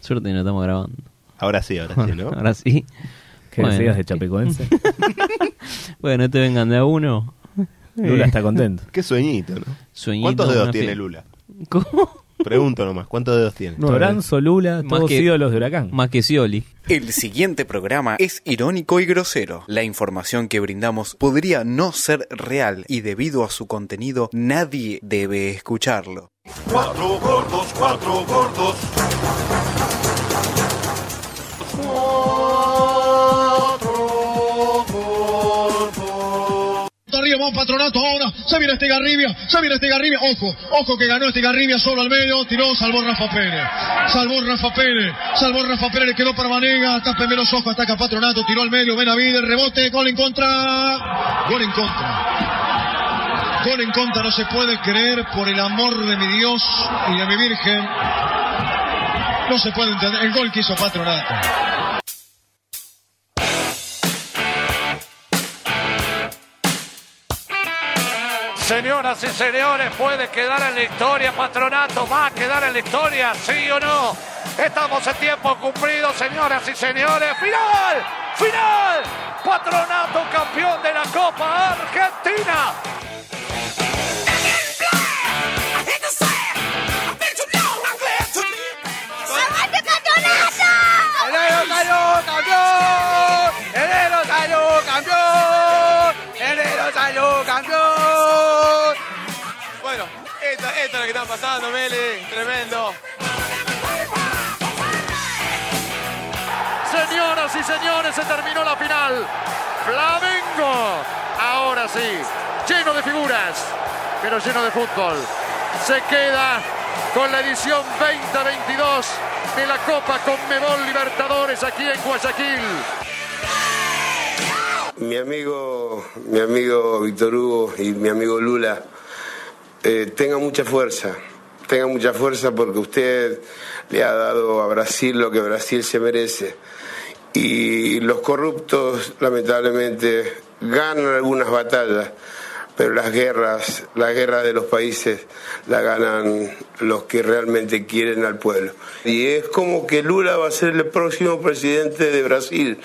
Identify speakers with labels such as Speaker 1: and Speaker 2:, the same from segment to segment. Speaker 1: Suerte que no estamos grabando.
Speaker 2: Ahora sí, ahora sí, ¿no?
Speaker 1: Ahora sí.
Speaker 3: Que
Speaker 1: Bueno.
Speaker 3: decías de Chapecoense.
Speaker 1: Bueno, no te vengan de a uno.
Speaker 3: Lula está contento.
Speaker 2: Qué sueñito, ¿no?
Speaker 1: Sueñito,
Speaker 2: ¿Cuántos dedos
Speaker 1: una
Speaker 2: tiene
Speaker 1: fe-
Speaker 2: Lula?
Speaker 1: ¿Cómo?
Speaker 2: Pregunto nomás, ¿cuántos dedos tiene?
Speaker 3: Nueve. Toranzo, Lula,
Speaker 1: Más
Speaker 3: todos
Speaker 1: que-
Speaker 3: ídolos de Huracán.
Speaker 1: Más que Scioli.
Speaker 4: El siguiente programa es irónico y grosero. La información que brindamos podría no ser real y debido a su contenido nadie debe escucharlo.
Speaker 5: Cuatro gordos, cuatro gordos.
Speaker 6: Arriba va un patronato ahora, se viene este Garribia, se viene este Garribia, ojo, ojo que ganó este Garribia solo al medio, tiró, salvó Rafa Pérez, salvó Rafa Pérez, salvó Rafa Pérez, quedó para Vanega, acá primero ojo, ataca patronato, tiró al medio, Benavides, rebote, gol en contra, gol en contra. Gol en contra, no se puede creer por el amor de mi Dios y de mi Virgen. No se puede entender, el gol que hizo Patronato.
Speaker 5: Señoras y señores, puede quedar en la historia, patronato, va a quedar en la historia, sí o no. Estamos en tiempo cumplido, señoras y señores. ¡Final! ¡Final! Patronato campeón de la Copa Argentina. ¡Herero salió campeón! ¡Herero salió campeón! ¡Herero salió campeón! Bueno, esto, esto es lo que está pasando, Meli. Tremendo. Señoras y señores, se terminó la final. Flamengo. Ahora sí, lleno de figuras, pero lleno de fútbol. Se queda con la edición 2022 de la Copa Conmebol Libertadores aquí en Guayaquil.
Speaker 7: Mi amigo, mi amigo Víctor Hugo y mi amigo Lula, eh, tenga mucha fuerza, tenga mucha fuerza porque usted le ha dado a Brasil lo que Brasil se merece. Y los corruptos, lamentablemente, ganan algunas batallas, pero las guerras, las guerras de los países, las ganan los que realmente quieren al pueblo. Y es como que Lula va a ser el próximo presidente de Brasil.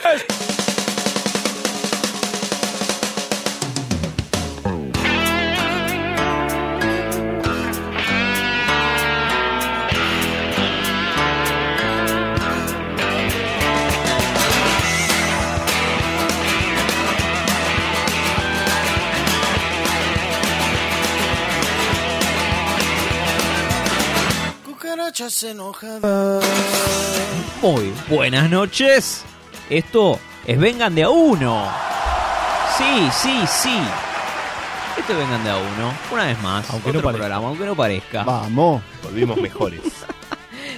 Speaker 1: Muy buenas noches. Esto es Vengan de a uno. Sí, sí, sí. Esto es Vengan de a uno. Una vez más.
Speaker 3: Aunque
Speaker 1: Otro
Speaker 3: no parezca.
Speaker 1: programa, aunque no parezca.
Speaker 8: Vamos.
Speaker 2: Volvimos mejores.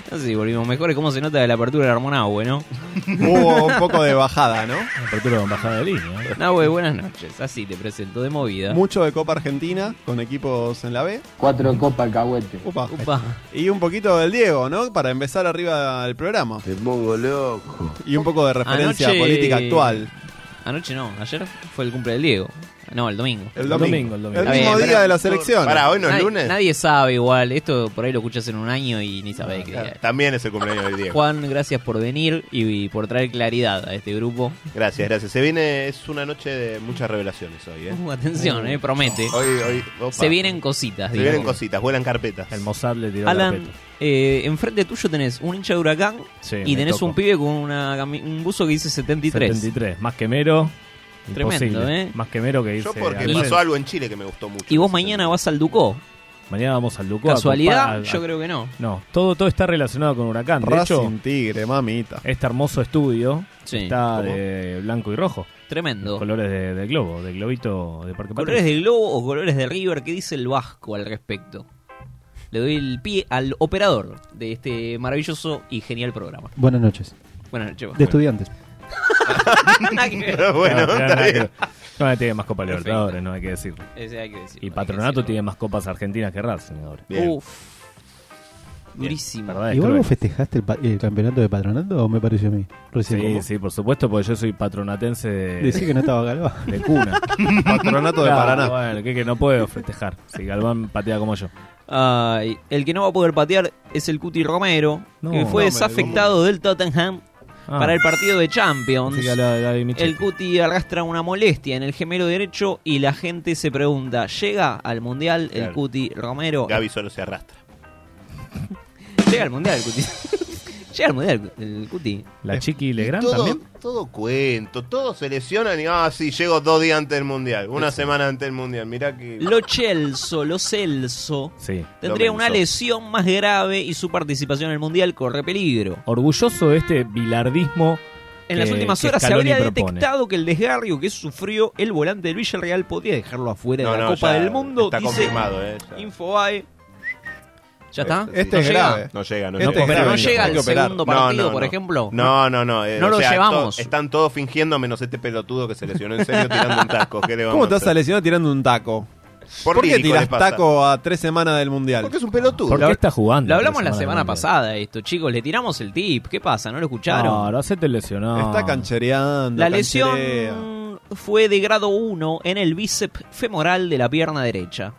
Speaker 1: No sé si volvimos mejores. ¿Cómo se nota de la apertura de Armonahue, no?
Speaker 8: Hubo un poco de bajada, ¿no?
Speaker 3: Apertura con bajada de línea. ¿eh?
Speaker 1: Nahue, buenas noches. Así te presento de movida.
Speaker 8: Mucho de Copa Argentina con equipos en la B.
Speaker 9: Cuatro copas cahuete.
Speaker 8: Upa.
Speaker 1: Upa.
Speaker 8: Y un poquito del Diego, ¿no? Para empezar arriba del programa.
Speaker 7: Te pongo loco.
Speaker 8: Y un poco de referencia
Speaker 1: Anoche-
Speaker 8: política actual.
Speaker 1: Anoche no, ayer fue el cumple del Diego. No, el domingo.
Speaker 8: El domingo.
Speaker 3: domingo, el domingo.
Speaker 1: Está
Speaker 8: mismo
Speaker 1: bien,
Speaker 8: día
Speaker 1: pero-
Speaker 8: de la selección.
Speaker 2: Para hoy no es
Speaker 1: nadie,
Speaker 2: lunes.
Speaker 1: nadie sabe igual. Esto por ahí lo escuchas en un año y ni sabés qué día es.
Speaker 2: Ah, También es el cumpleaños del Diego.
Speaker 1: Juan, gracias por venir y, y por traer claridad a este grupo.
Speaker 2: Gracias, gracias. Se viene, es una noche de muchas revelaciones hoy, ¿eh?
Speaker 1: Uh, atención, eh, promete.
Speaker 2: Hoy, hoy, opa.
Speaker 1: Se vienen cositas.
Speaker 2: Se
Speaker 1: digamos.
Speaker 2: vienen cositas, vuelan carpetas.
Speaker 3: El Mossad le tiró la
Speaker 1: Alan,
Speaker 3: peta.
Speaker 1: eh, enfrente tuyo tenés un hincha de huracán
Speaker 3: Sí,
Speaker 1: y
Speaker 3: me
Speaker 1: tenés
Speaker 3: tocó.
Speaker 1: un pibe con una cami- un buzo que dice 73.
Speaker 3: 73. Más quemero.
Speaker 1: Tremendo,
Speaker 3: imposible.
Speaker 1: ¿eh?
Speaker 3: Más quemero que dice.
Speaker 2: Yo porque
Speaker 3: Alan.
Speaker 2: pasó algo en Chile que me gustó mucho.
Speaker 1: Y vos mañana vas al Ducó.
Speaker 3: Mañana vamos al Lucó. a
Speaker 1: ¿Casualidad?
Speaker 3: copar- a-
Speaker 1: Yo creo que no.
Speaker 3: No, todo, todo está relacionado con Huracán. De hecho,
Speaker 8: Racing Tigre, mamita.
Speaker 3: este hermoso estudio
Speaker 1: Sí.
Speaker 3: está
Speaker 8: ¿Cómo?
Speaker 3: de blanco y rojo.
Speaker 1: Tremendo.
Speaker 3: Colores de, de globo, de globito de Parque
Speaker 1: ¿Colores
Speaker 3: Patricio.
Speaker 1: de Globo o colores de River? ¿Qué dice el Vasco al respecto? Le doy el pie al operador de este maravilloso y genial programa.
Speaker 9: Buenas noches.
Speaker 1: Buenas noches.
Speaker 9: De estudiantes.
Speaker 1: Nada que ver.
Speaker 2: Pero bueno,
Speaker 3: No, pero
Speaker 2: está
Speaker 3: nada
Speaker 2: bien.
Speaker 3: que- no, tiene más Copa
Speaker 1: Perfecto.
Speaker 3: Libertadores, no hay que decirlo.
Speaker 1: Ese hay que decirlo,
Speaker 3: Y
Speaker 1: hay que
Speaker 3: Patronato
Speaker 1: decirlo.
Speaker 3: tiene más copas argentinas que Racing ahora.
Speaker 2: Bien.
Speaker 1: Uf. Durísimo.
Speaker 3: Verdad,
Speaker 10: ¿Igual
Speaker 3: estuve.
Speaker 10: vos festejaste el, pa- el campeonato de patronato o me pareció a mí? Recién
Speaker 3: Sí, sí, por supuesto, porque yo soy patronatense de,
Speaker 10: Decir que no estaba Galván.
Speaker 3: de cuna.
Speaker 8: Patronato de
Speaker 3: Claro,
Speaker 8: Paraná.
Speaker 3: Bueno, que, que no puedo festejar. Si Galván patea como yo.
Speaker 1: Ay, el que no va a poder patear es el Cuti Romero,
Speaker 3: No,
Speaker 1: que fue
Speaker 3: no,
Speaker 1: desafectado del Tottenham
Speaker 3: Ah,
Speaker 1: para el partido de Champions.
Speaker 3: pensé que hablaba de Gaby Michetti.
Speaker 1: El Cuti arrastra una molestia en el gemelo derecho y la gente se pregunta, ¿llega al Mundial el
Speaker 2: Claro.
Speaker 1: Cuti Romero?
Speaker 2: Gaby solo se arrastra.
Speaker 1: Llega al Mundial el Cuti. Llega al Mundial el Cuti.
Speaker 3: La Chiqui Legrand
Speaker 2: Eh, todo,
Speaker 3: también.
Speaker 2: todo cuento, todos se lesionan y ah sí, llego dos días antes del mundial, una semana antes del mundial, mirá que
Speaker 1: Lo Celso, lo Celso,
Speaker 3: Sí.
Speaker 1: tendría
Speaker 2: Lo
Speaker 1: una
Speaker 2: Celso.
Speaker 1: lesión más grave y su participación en el Mundial corre peligro.
Speaker 3: Orgulloso de este bilardismo.
Speaker 1: En las
Speaker 3: que-
Speaker 1: últimas
Speaker 3: que
Speaker 1: horas se
Speaker 3: Scaloni
Speaker 1: habría
Speaker 3: propone.
Speaker 1: detectado que el desgarrio que sufrió el volante del Villarreal podía dejarlo afuera
Speaker 2: No,
Speaker 1: de la
Speaker 2: no,
Speaker 1: Copa
Speaker 2: ya
Speaker 1: del Mundo.
Speaker 2: está
Speaker 1: dice
Speaker 2: confirmado, eh, ya.
Speaker 1: Infobae. ¿Ya está?
Speaker 8: Este
Speaker 1: No
Speaker 8: es
Speaker 1: llega.
Speaker 8: grave.
Speaker 2: no llega, no
Speaker 8: Este
Speaker 2: llega.
Speaker 8: es
Speaker 1: Pero
Speaker 8: grave.
Speaker 1: no
Speaker 8: Hay que
Speaker 1: llega al
Speaker 8: operar.
Speaker 1: segundo
Speaker 2: No,
Speaker 1: partido,
Speaker 2: no,
Speaker 1: por
Speaker 2: no.
Speaker 1: ejemplo.
Speaker 2: No, no, no. eh,
Speaker 1: No
Speaker 2: o
Speaker 1: lo
Speaker 2: sea,
Speaker 1: llevamos.
Speaker 2: to- están todos fingiendo menos este pelotudo que se lesionó en serio tirando un taco. ¿Qué le vamos
Speaker 8: ¿Cómo te
Speaker 2: a
Speaker 8: vas a
Speaker 2: hacer?
Speaker 8: lesionar tirando un taco? ¿Por, qué
Speaker 2: lírico
Speaker 8: tiras
Speaker 2: les pasa?
Speaker 8: taco a tres semanas del mundial?
Speaker 2: Porque es un pelotudo.
Speaker 3: ¿Por qué está jugando?
Speaker 1: Lo hablamos la
Speaker 3: tres semanas
Speaker 1: semana
Speaker 3: del
Speaker 1: pasada esto, chicos. Le tiramos el tip. ¿Qué pasa? ¿No lo
Speaker 3: Mundial?
Speaker 1: escucharon?
Speaker 3: No, este no se te lesionó.
Speaker 8: Está canchereando.
Speaker 1: La lesión
Speaker 8: cancherea.
Speaker 1: fue de grado 1 en el bíceps femoral de la pierna derecha.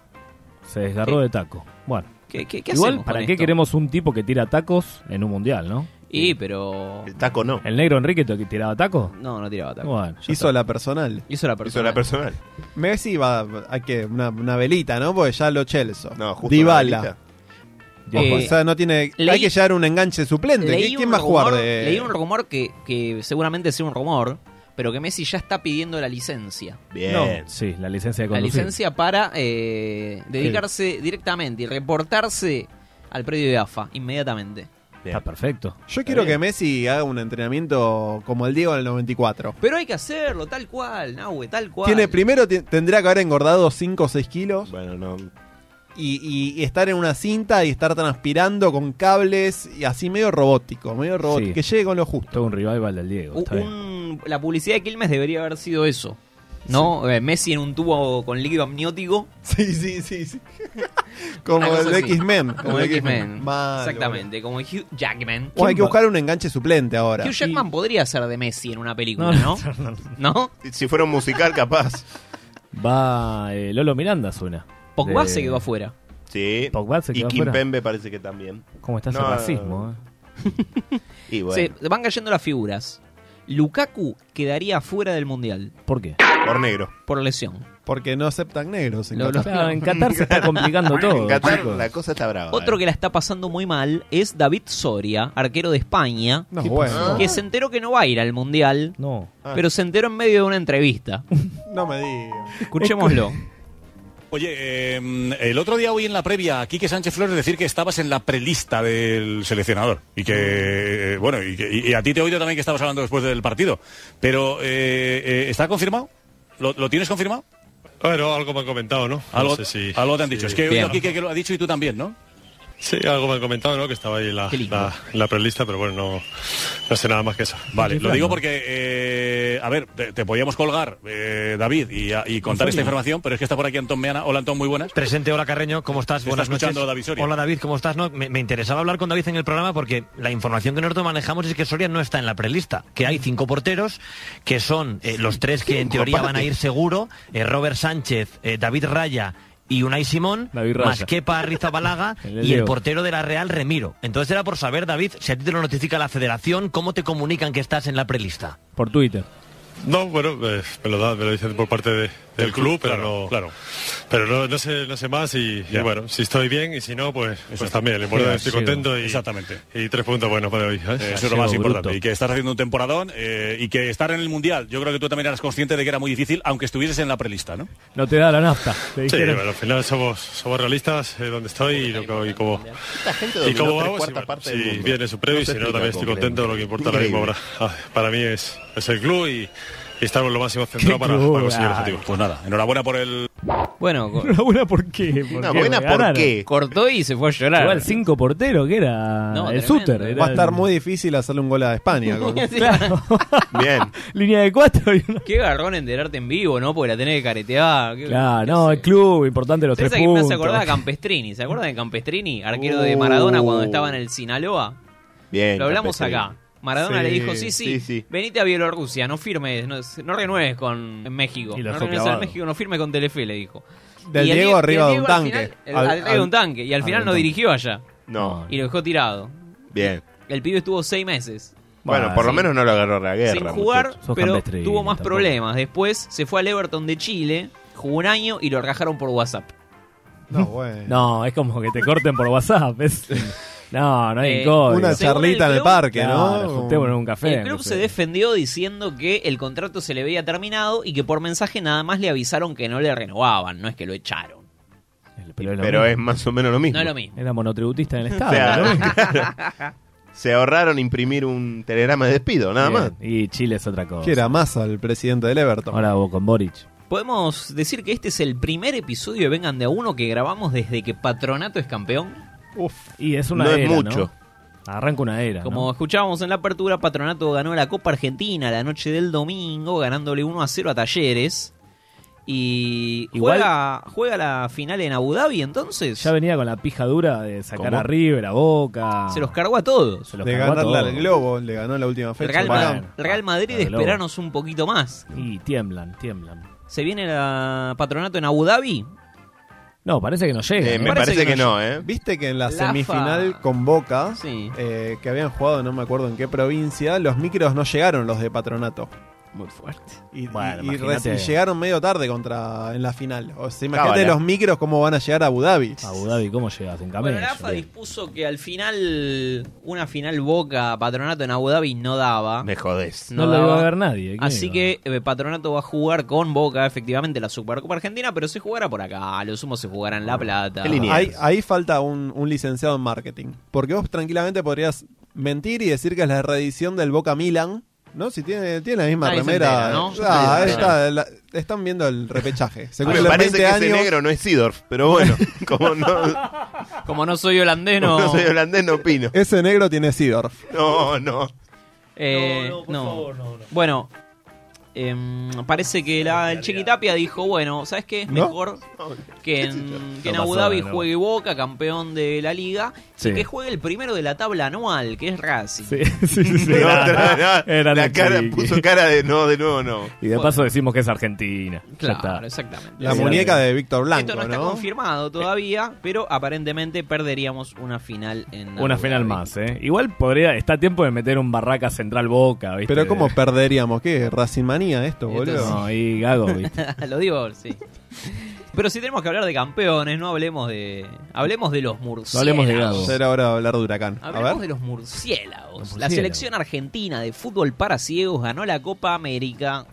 Speaker 3: Se desgarró de taco. Bueno.
Speaker 1: ¿Qué, Eh, qué, qué
Speaker 3: Igual,
Speaker 1: hacemos
Speaker 3: ¿para
Speaker 1: con
Speaker 3: qué
Speaker 1: esto?
Speaker 3: queremos un tipo que tira tacos en un mundial, no?
Speaker 1: Y, pero...
Speaker 2: El taco no.
Speaker 3: ¿El negro Enrique to- que tiraba tacos?
Speaker 1: No, no tiraba taco.
Speaker 3: Bueno,
Speaker 1: Ya
Speaker 8: Hizo
Speaker 1: está.
Speaker 8: la personal.
Speaker 1: Hizo la persona.
Speaker 2: Hizo la personal.
Speaker 8: Messi va a que una, una velita, ¿no? Porque ya lo Chelso.
Speaker 2: No, justo.
Speaker 8: Dibala.
Speaker 2: la velita.
Speaker 3: Dios,
Speaker 1: Eh,
Speaker 8: o sea, no tiene.
Speaker 1: leí-
Speaker 8: hay que llevar un enganche suplente.
Speaker 1: Leí
Speaker 8: ¿Qui- ¿Quién
Speaker 1: un
Speaker 8: va a jugar
Speaker 1: rumor-
Speaker 8: de.?
Speaker 1: Leí un rumor que, que seguramente sea un rumor, pero que Messi ya está pidiendo la licencia.
Speaker 2: Bien.
Speaker 3: sí, la licencia de
Speaker 1: La
Speaker 3: conducir.
Speaker 1: licencia para eh, dedicarse directamente y reportarse al predio de AFA inmediatamente.
Speaker 3: Está perfecto.
Speaker 8: Yo quiero
Speaker 2: bien.
Speaker 8: que Messi haga un entrenamiento como el Diego en el 94.
Speaker 1: Pero hay que hacerlo, tal cual, Nahue, tal cual.
Speaker 8: Tiene primero ti- tendría que haber engordado 5 o 6 kilos
Speaker 2: Bueno, no.
Speaker 8: y, y- y estar en una cinta y estar transpirando con cables y así medio robótico, medio robótico,
Speaker 3: Sí.
Speaker 8: que llegue con lo justo.
Speaker 3: Todo un revival del Diego.
Speaker 1: Un-
Speaker 3: Está bien.
Speaker 1: un- la publicidad de Quilmes debería haber sido eso. ¿No? Eh, Messi en un tubo con líquido amniótico.
Speaker 8: Sí, sí, sí, sí.
Speaker 1: Una
Speaker 8: como
Speaker 1: cosa
Speaker 8: el de
Speaker 1: así.
Speaker 8: X-Men.
Speaker 1: Como X-Men.
Speaker 8: Mal,
Speaker 1: Exactamente, como Hugh Jackman.
Speaker 8: boludo. O hay que buscar un enganche suplente ahora.
Speaker 1: Hugh Jackman podría ser de Messi en una película,
Speaker 3: No,
Speaker 1: ¿no? ¿No?
Speaker 2: Si fuera un musical, capaz.
Speaker 3: Va eh, Lolo Miranda, suena.
Speaker 1: Pogba
Speaker 3: De-
Speaker 1: se quedó afuera.
Speaker 2: Eh, Sí.
Speaker 3: Pogba se
Speaker 2: y
Speaker 3: quedó afuera.
Speaker 2: Kimpembe parece que también.
Speaker 3: ¿Cómo está ese
Speaker 2: No.
Speaker 3: racismo? eh?
Speaker 2: Y bueno.
Speaker 1: Se van cayendo las figuras. Lukaku quedaría fuera del mundial
Speaker 3: ¿Por qué?
Speaker 2: Por negro.
Speaker 1: por lesión.
Speaker 8: Porque no aceptan negros. en
Speaker 1: Lo-
Speaker 8: Qatar.
Speaker 3: Claro, en Qatar se está complicando todo.
Speaker 2: en Qatar
Speaker 3: chicos.
Speaker 2: la cosa está brava.
Speaker 1: Otro
Speaker 2: eh.
Speaker 1: que la está pasando muy mal es David Soria, arquero de España,
Speaker 8: No,
Speaker 3: ¿Qué
Speaker 8: bueno.
Speaker 1: que se enteró que no va a ir al mundial,
Speaker 3: No.
Speaker 2: Ah.
Speaker 1: pero se enteró en medio de una entrevista.
Speaker 8: No me digas.
Speaker 1: Escuchémoslo.
Speaker 11: Oye, eh, el otro día hoy en la previa, Quique Sánchez Flores decir que estabas en la prelista del seleccionador y que, eh, bueno, y, que- y- y a ti te he oído también que estabas hablando después del partido, pero eh, eh, ¿está confirmado? ¿Lo, lo tienes confirmado?
Speaker 12: Bueno, algo me han comentado, ¿no?
Speaker 11: Algo,
Speaker 12: No sé si-
Speaker 11: algo te han dicho. Es que he
Speaker 1: Bien.
Speaker 11: oído a Quique que lo ha dicho y tú también, ¿no?
Speaker 12: Sí, algo me han comentado, ¿no? Que estaba ahí en la,
Speaker 1: Qué lindo.
Speaker 12: la, la prelista, pero bueno, no, no sé nada más que eso.
Speaker 11: Vale, lo
Speaker 3: Claro.
Speaker 11: digo porque, eh, a ver, te, te podíamos colgar, eh, David, y, a- y contar esta información, pero es que está por aquí Antón Meana. Hola, Antón, muy buenas.
Speaker 13: Presente, hola Carreño, ¿cómo estás?
Speaker 11: Te está
Speaker 13: Buenas
Speaker 11: escuchando
Speaker 13: noches.
Speaker 11: David Soria.
Speaker 13: Hola David, ¿cómo estás? No, me, me interesaba hablar con David en el programa porque la información que nosotros manejamos es que Soria no está en la prelista, que hay cinco porteros, que son eh, los tres que en teoría van a ir seguro, eh, Robert Sánchez, eh, David Raya y Unai Simón,
Speaker 3: David Raya.
Speaker 13: más Kepa Arrizabalaga
Speaker 3: El
Speaker 13: y el
Speaker 3: Leo.
Speaker 13: portero de la Real Remiro. Entonces era por saber, David, si a ti te lo notifica la federación, ¿cómo te comunican que estás en la prelista?
Speaker 3: Por Twitter.
Speaker 12: No, bueno, eh, me, lo da- me lo dicen por parte de- del club, pero
Speaker 11: claro,
Speaker 12: no.
Speaker 11: claro.
Speaker 12: Pero no, no sé, no sé más y, y
Speaker 11: Ya.
Speaker 12: bueno, si estoy bien y si no, pues, pues también. Lo importante es que estoy
Speaker 3: Sí,
Speaker 12: contento y,
Speaker 11: Exactamente.
Speaker 12: y tres puntos buenos para hoy. ¿sabes?
Speaker 11: Eh, Eso
Speaker 3: sido
Speaker 11: es lo más
Speaker 3: bruto.
Speaker 11: importante. Y que estás haciendo un temporadón eh, y que estar en el Mundial, yo creo que tú también eras consciente de que era muy difícil, aunque estuvieses en la prelista, ¿no?
Speaker 3: No te da la nafta. Te
Speaker 12: Sí,
Speaker 3: dijeron.
Speaker 12: bueno, al final somos, somos realistas eh, donde estoy y, lo que- y cómo,
Speaker 2: Esta gente
Speaker 12: y
Speaker 2: dominó tres
Speaker 12: cómo vamos. y
Speaker 2: cuartas
Speaker 12: bueno,
Speaker 2: partes del
Speaker 12: si
Speaker 2: mundo.
Speaker 12: viene su previo y
Speaker 2: se
Speaker 12: si no,
Speaker 2: explica
Speaker 12: también estoy
Speaker 2: cómo
Speaker 12: contento.
Speaker 2: creen.
Speaker 12: Lo que importa ahora mismo ah,
Speaker 2: Increíble.
Speaker 12: para, para mí es, es el club y, y estar lo máximo centrado para, para conseguir el
Speaker 1: cruel.
Speaker 12: objetivo. Pues nada, enhorabuena por el.
Speaker 1: Bueno, co-
Speaker 3: Enhorabuena, ¿por qué? ¿Por
Speaker 1: Una
Speaker 3: qué?
Speaker 1: buena, ¿por
Speaker 3: Ganaron.
Speaker 1: qué? Cortó y se fue a llorar.
Speaker 3: Igual cinco portero que era
Speaker 1: No,
Speaker 3: el
Speaker 1: tremendo.
Speaker 3: Suter. era
Speaker 8: Va a estar
Speaker 3: el-
Speaker 8: muy difícil hacerle un gol a España. con-
Speaker 2: Bien.
Speaker 3: Línea de cuatro y una...
Speaker 1: Qué garrón enterarte en vivo, ¿no? Porque la tenés que caretear. Qué-
Speaker 3: Claro, no, el club, importante los
Speaker 1: Pensá
Speaker 3: tres
Speaker 1: que me
Speaker 3: puntos.
Speaker 1: hace acordar a Campestrini. ¿Se acuerdan de Campestrini? Arquero de Maradona cuando estaba en el Sinaloa.
Speaker 2: Uh. Bien.
Speaker 1: Lo hablamos
Speaker 2: Campestrini.
Speaker 1: acá. Maradona
Speaker 2: Sí,
Speaker 1: le dijo, sí sí,
Speaker 2: sí, sí.
Speaker 1: venite a Bielorrusia, no firmes, no, no renueves con en México.
Speaker 8: Y lo
Speaker 1: No
Speaker 8: dejó
Speaker 1: renueves
Speaker 8: clavado.
Speaker 1: al México, no firmes con Telefe, le dijo.
Speaker 8: Del
Speaker 1: Y el
Speaker 8: Diego
Speaker 1: Die- y
Speaker 8: arriba de
Speaker 1: el Diego al
Speaker 8: un tanque.
Speaker 1: final- el-
Speaker 8: Al-
Speaker 1: al- arriba de un
Speaker 8: al-
Speaker 1: tanque. Y al
Speaker 8: al
Speaker 1: final no
Speaker 8: tanque.
Speaker 1: dirigió allá.
Speaker 2: No.
Speaker 1: Y lo dejó tirado.
Speaker 2: Bien.
Speaker 1: El pibe estuvo seis meses.
Speaker 8: Ah,
Speaker 2: Bueno, por lo menos no lo agarró la guerra.
Speaker 1: sin jugar,
Speaker 2: muchacho.
Speaker 1: pero tuvo más problemas. Después se fue al Everton de Chile, jugó un año y lo rajaron por WhatsApp.
Speaker 8: No, bueno.
Speaker 3: No, es como que te corten por WhatsApp. es- No, no hay
Speaker 1: Eh,
Speaker 3: código.
Speaker 8: Una
Speaker 1: según
Speaker 8: charlita
Speaker 1: el
Speaker 8: en el
Speaker 1: club-
Speaker 8: parque,
Speaker 3: Claro,
Speaker 8: ¿no?
Speaker 3: juntémonos en un café.
Speaker 1: el club
Speaker 3: aunque
Speaker 1: se defendió diciendo que el contrato se le veía terminado y que por mensaje nada más le avisaron que no le renovaban, no es que lo echaron.
Speaker 3: sea. Pero, es, lo
Speaker 2: Pero
Speaker 3: mismo.
Speaker 2: es más o menos lo mismo.
Speaker 1: No es lo mismo.
Speaker 3: Era monotributista en el
Speaker 2: O
Speaker 3: Estado. ¿no?
Speaker 2: sea, claro. Se ahorraron imprimir un telegrama de despido, nada
Speaker 3: Bien,
Speaker 2: más.
Speaker 3: Y Chile es otra cosa.
Speaker 8: Que era Massa, el presidente del Everton.
Speaker 3: Ahora vos con Boric.
Speaker 1: Podemos decir que este es el primer episodio de Vengan de a uno que grabamos desde que Patronato es campeón.
Speaker 3: Y es una
Speaker 2: No es
Speaker 3: era,
Speaker 2: mucho.
Speaker 3: Arranca una era.
Speaker 1: Como
Speaker 3: ¿no?
Speaker 1: escuchábamos en la apertura, Patronato ganó la Copa Argentina la noche del domingo, ganándole 1 a 0 a Talleres. Y
Speaker 3: Igual-
Speaker 1: juega, juega la final en Abu Dhabi entonces.
Speaker 3: Ya venía con la pija dura de sacar
Speaker 1: ¿Cómo?
Speaker 3: a River, a Boca.
Speaker 1: Se los cargó a todos.
Speaker 3: Se los
Speaker 8: de
Speaker 3: cargó a
Speaker 8: ganarle
Speaker 3: todos. Ah,
Speaker 8: al Globo, le ganó en la última fecha.
Speaker 1: Real, Ma-
Speaker 8: Bueno,
Speaker 1: Real Madrid,
Speaker 3: Desde luego.
Speaker 1: esperanos un poquito más.
Speaker 3: Y tiemblan, tiemblan.
Speaker 1: Se viene la Patronato en Abu Dhabi.
Speaker 3: No, parece que no llega.
Speaker 2: Eh,
Speaker 3: ¿eh?
Speaker 2: me parece, que, no, ¿eh?
Speaker 8: Viste que en la
Speaker 1: Lafa.
Speaker 8: semifinal con Boca,
Speaker 1: Sí.
Speaker 8: eh, que habían jugado no me acuerdo en qué provincia, los micros no llegaron los de Patronato.
Speaker 1: Muy fuerte.
Speaker 8: Y,
Speaker 3: Bueno,
Speaker 8: y- y
Speaker 3: imagínate.
Speaker 8: reci- llegaron medio tarde contra en la final. O sea, imagínate
Speaker 2: Cábala.
Speaker 8: los micros cómo van a llegar a Abu Dhabi.
Speaker 3: Abu Dhabi, ¿cómo llegas? En camello.
Speaker 1: Bueno, la AFA
Speaker 3: Bien.
Speaker 1: dispuso que al final una final Boca Patronato en Abu Dhabi no daba.
Speaker 2: Me jodés.
Speaker 3: No, lo
Speaker 1: daba.
Speaker 3: iba a ver nadie. ¿quién
Speaker 1: Así
Speaker 3: iba?
Speaker 1: que eh, Patronato va a jugar con Boca, efectivamente, la Supercopa Argentina, pero se jugará por acá. A lo sumo se jugará en La Plata.
Speaker 2: Qué lineal.
Speaker 8: Ahí, ahí falta un, un licenciado en marketing. Porque vos tranquilamente podrías mentir y decir que es la reedición del Boca Milan. ¿No? Si tiene, tiene la misma
Speaker 1: Nadie se
Speaker 8: remera.
Speaker 1: entera, ¿no?
Speaker 8: Ah,
Speaker 1: Nadie se
Speaker 8: está- la- están viendo el repechaje. Se
Speaker 2: Ah, Me
Speaker 8: cumplen
Speaker 2: parece
Speaker 8: 20
Speaker 2: que ese
Speaker 8: años.
Speaker 2: negro no es Sidorf, pero bueno, como no,
Speaker 1: Como no soy holandés,
Speaker 2: como
Speaker 1: no.
Speaker 2: no soy holandés, no opino.
Speaker 8: Ese negro tiene Sidorf.
Speaker 2: No, no.
Speaker 1: Eh, no. Bueno, em, parece que la, el Chiquitapia dijo: bueno, ¿sabes qué? Es
Speaker 8: ¿No?
Speaker 1: mejor que en, que en
Speaker 3: No
Speaker 1: Abu
Speaker 3: pasó,
Speaker 1: Dhabi
Speaker 3: no.
Speaker 1: juegue Boca, campeón de la liga,
Speaker 3: Sí.
Speaker 1: y que juegue el primero de la tabla anual, que es Racing.
Speaker 3: Sí, sí, sí. sí,
Speaker 2: No,
Speaker 3: era-
Speaker 2: otra- no,
Speaker 3: era
Speaker 2: la cara
Speaker 3: Chiqui.
Speaker 2: puso cara de no, de nuevo no.
Speaker 3: Y de paso decimos que es Argentina. Ya está.
Speaker 1: Claro, exactamente.
Speaker 8: La
Speaker 3: Sí,
Speaker 8: muñeca
Speaker 3: sí.
Speaker 8: de Víctor Blanco,
Speaker 1: Esto no está confirmado todavía, pero aparentemente perderíamos una final en
Speaker 3: Una
Speaker 1: Abu
Speaker 3: final
Speaker 1: Dhabi.
Speaker 3: más, ¿eh? Igual podría. Está a tiempo de meter un barraca central boca, ¿viste?
Speaker 8: Pero ¿cómo perderíamos? ¿Qué? ¿Racing manía
Speaker 1: Esto
Speaker 8: esto, boludo?
Speaker 3: No, y Gago, ¿viste?
Speaker 1: Lo digo, sí. Pero si tenemos que hablar de campeones, no hablemos de. Hablemos de los murciélagos.
Speaker 3: No hablemos de Gago.
Speaker 8: Ya era hora de hablar de Huracán. A
Speaker 1: Hablemos de
Speaker 8: ver.
Speaker 1: los murciélagos.
Speaker 3: Los
Speaker 1: La
Speaker 3: murciélagos.
Speaker 1: selección argentina de fútbol para ciegos ganó la Copa América.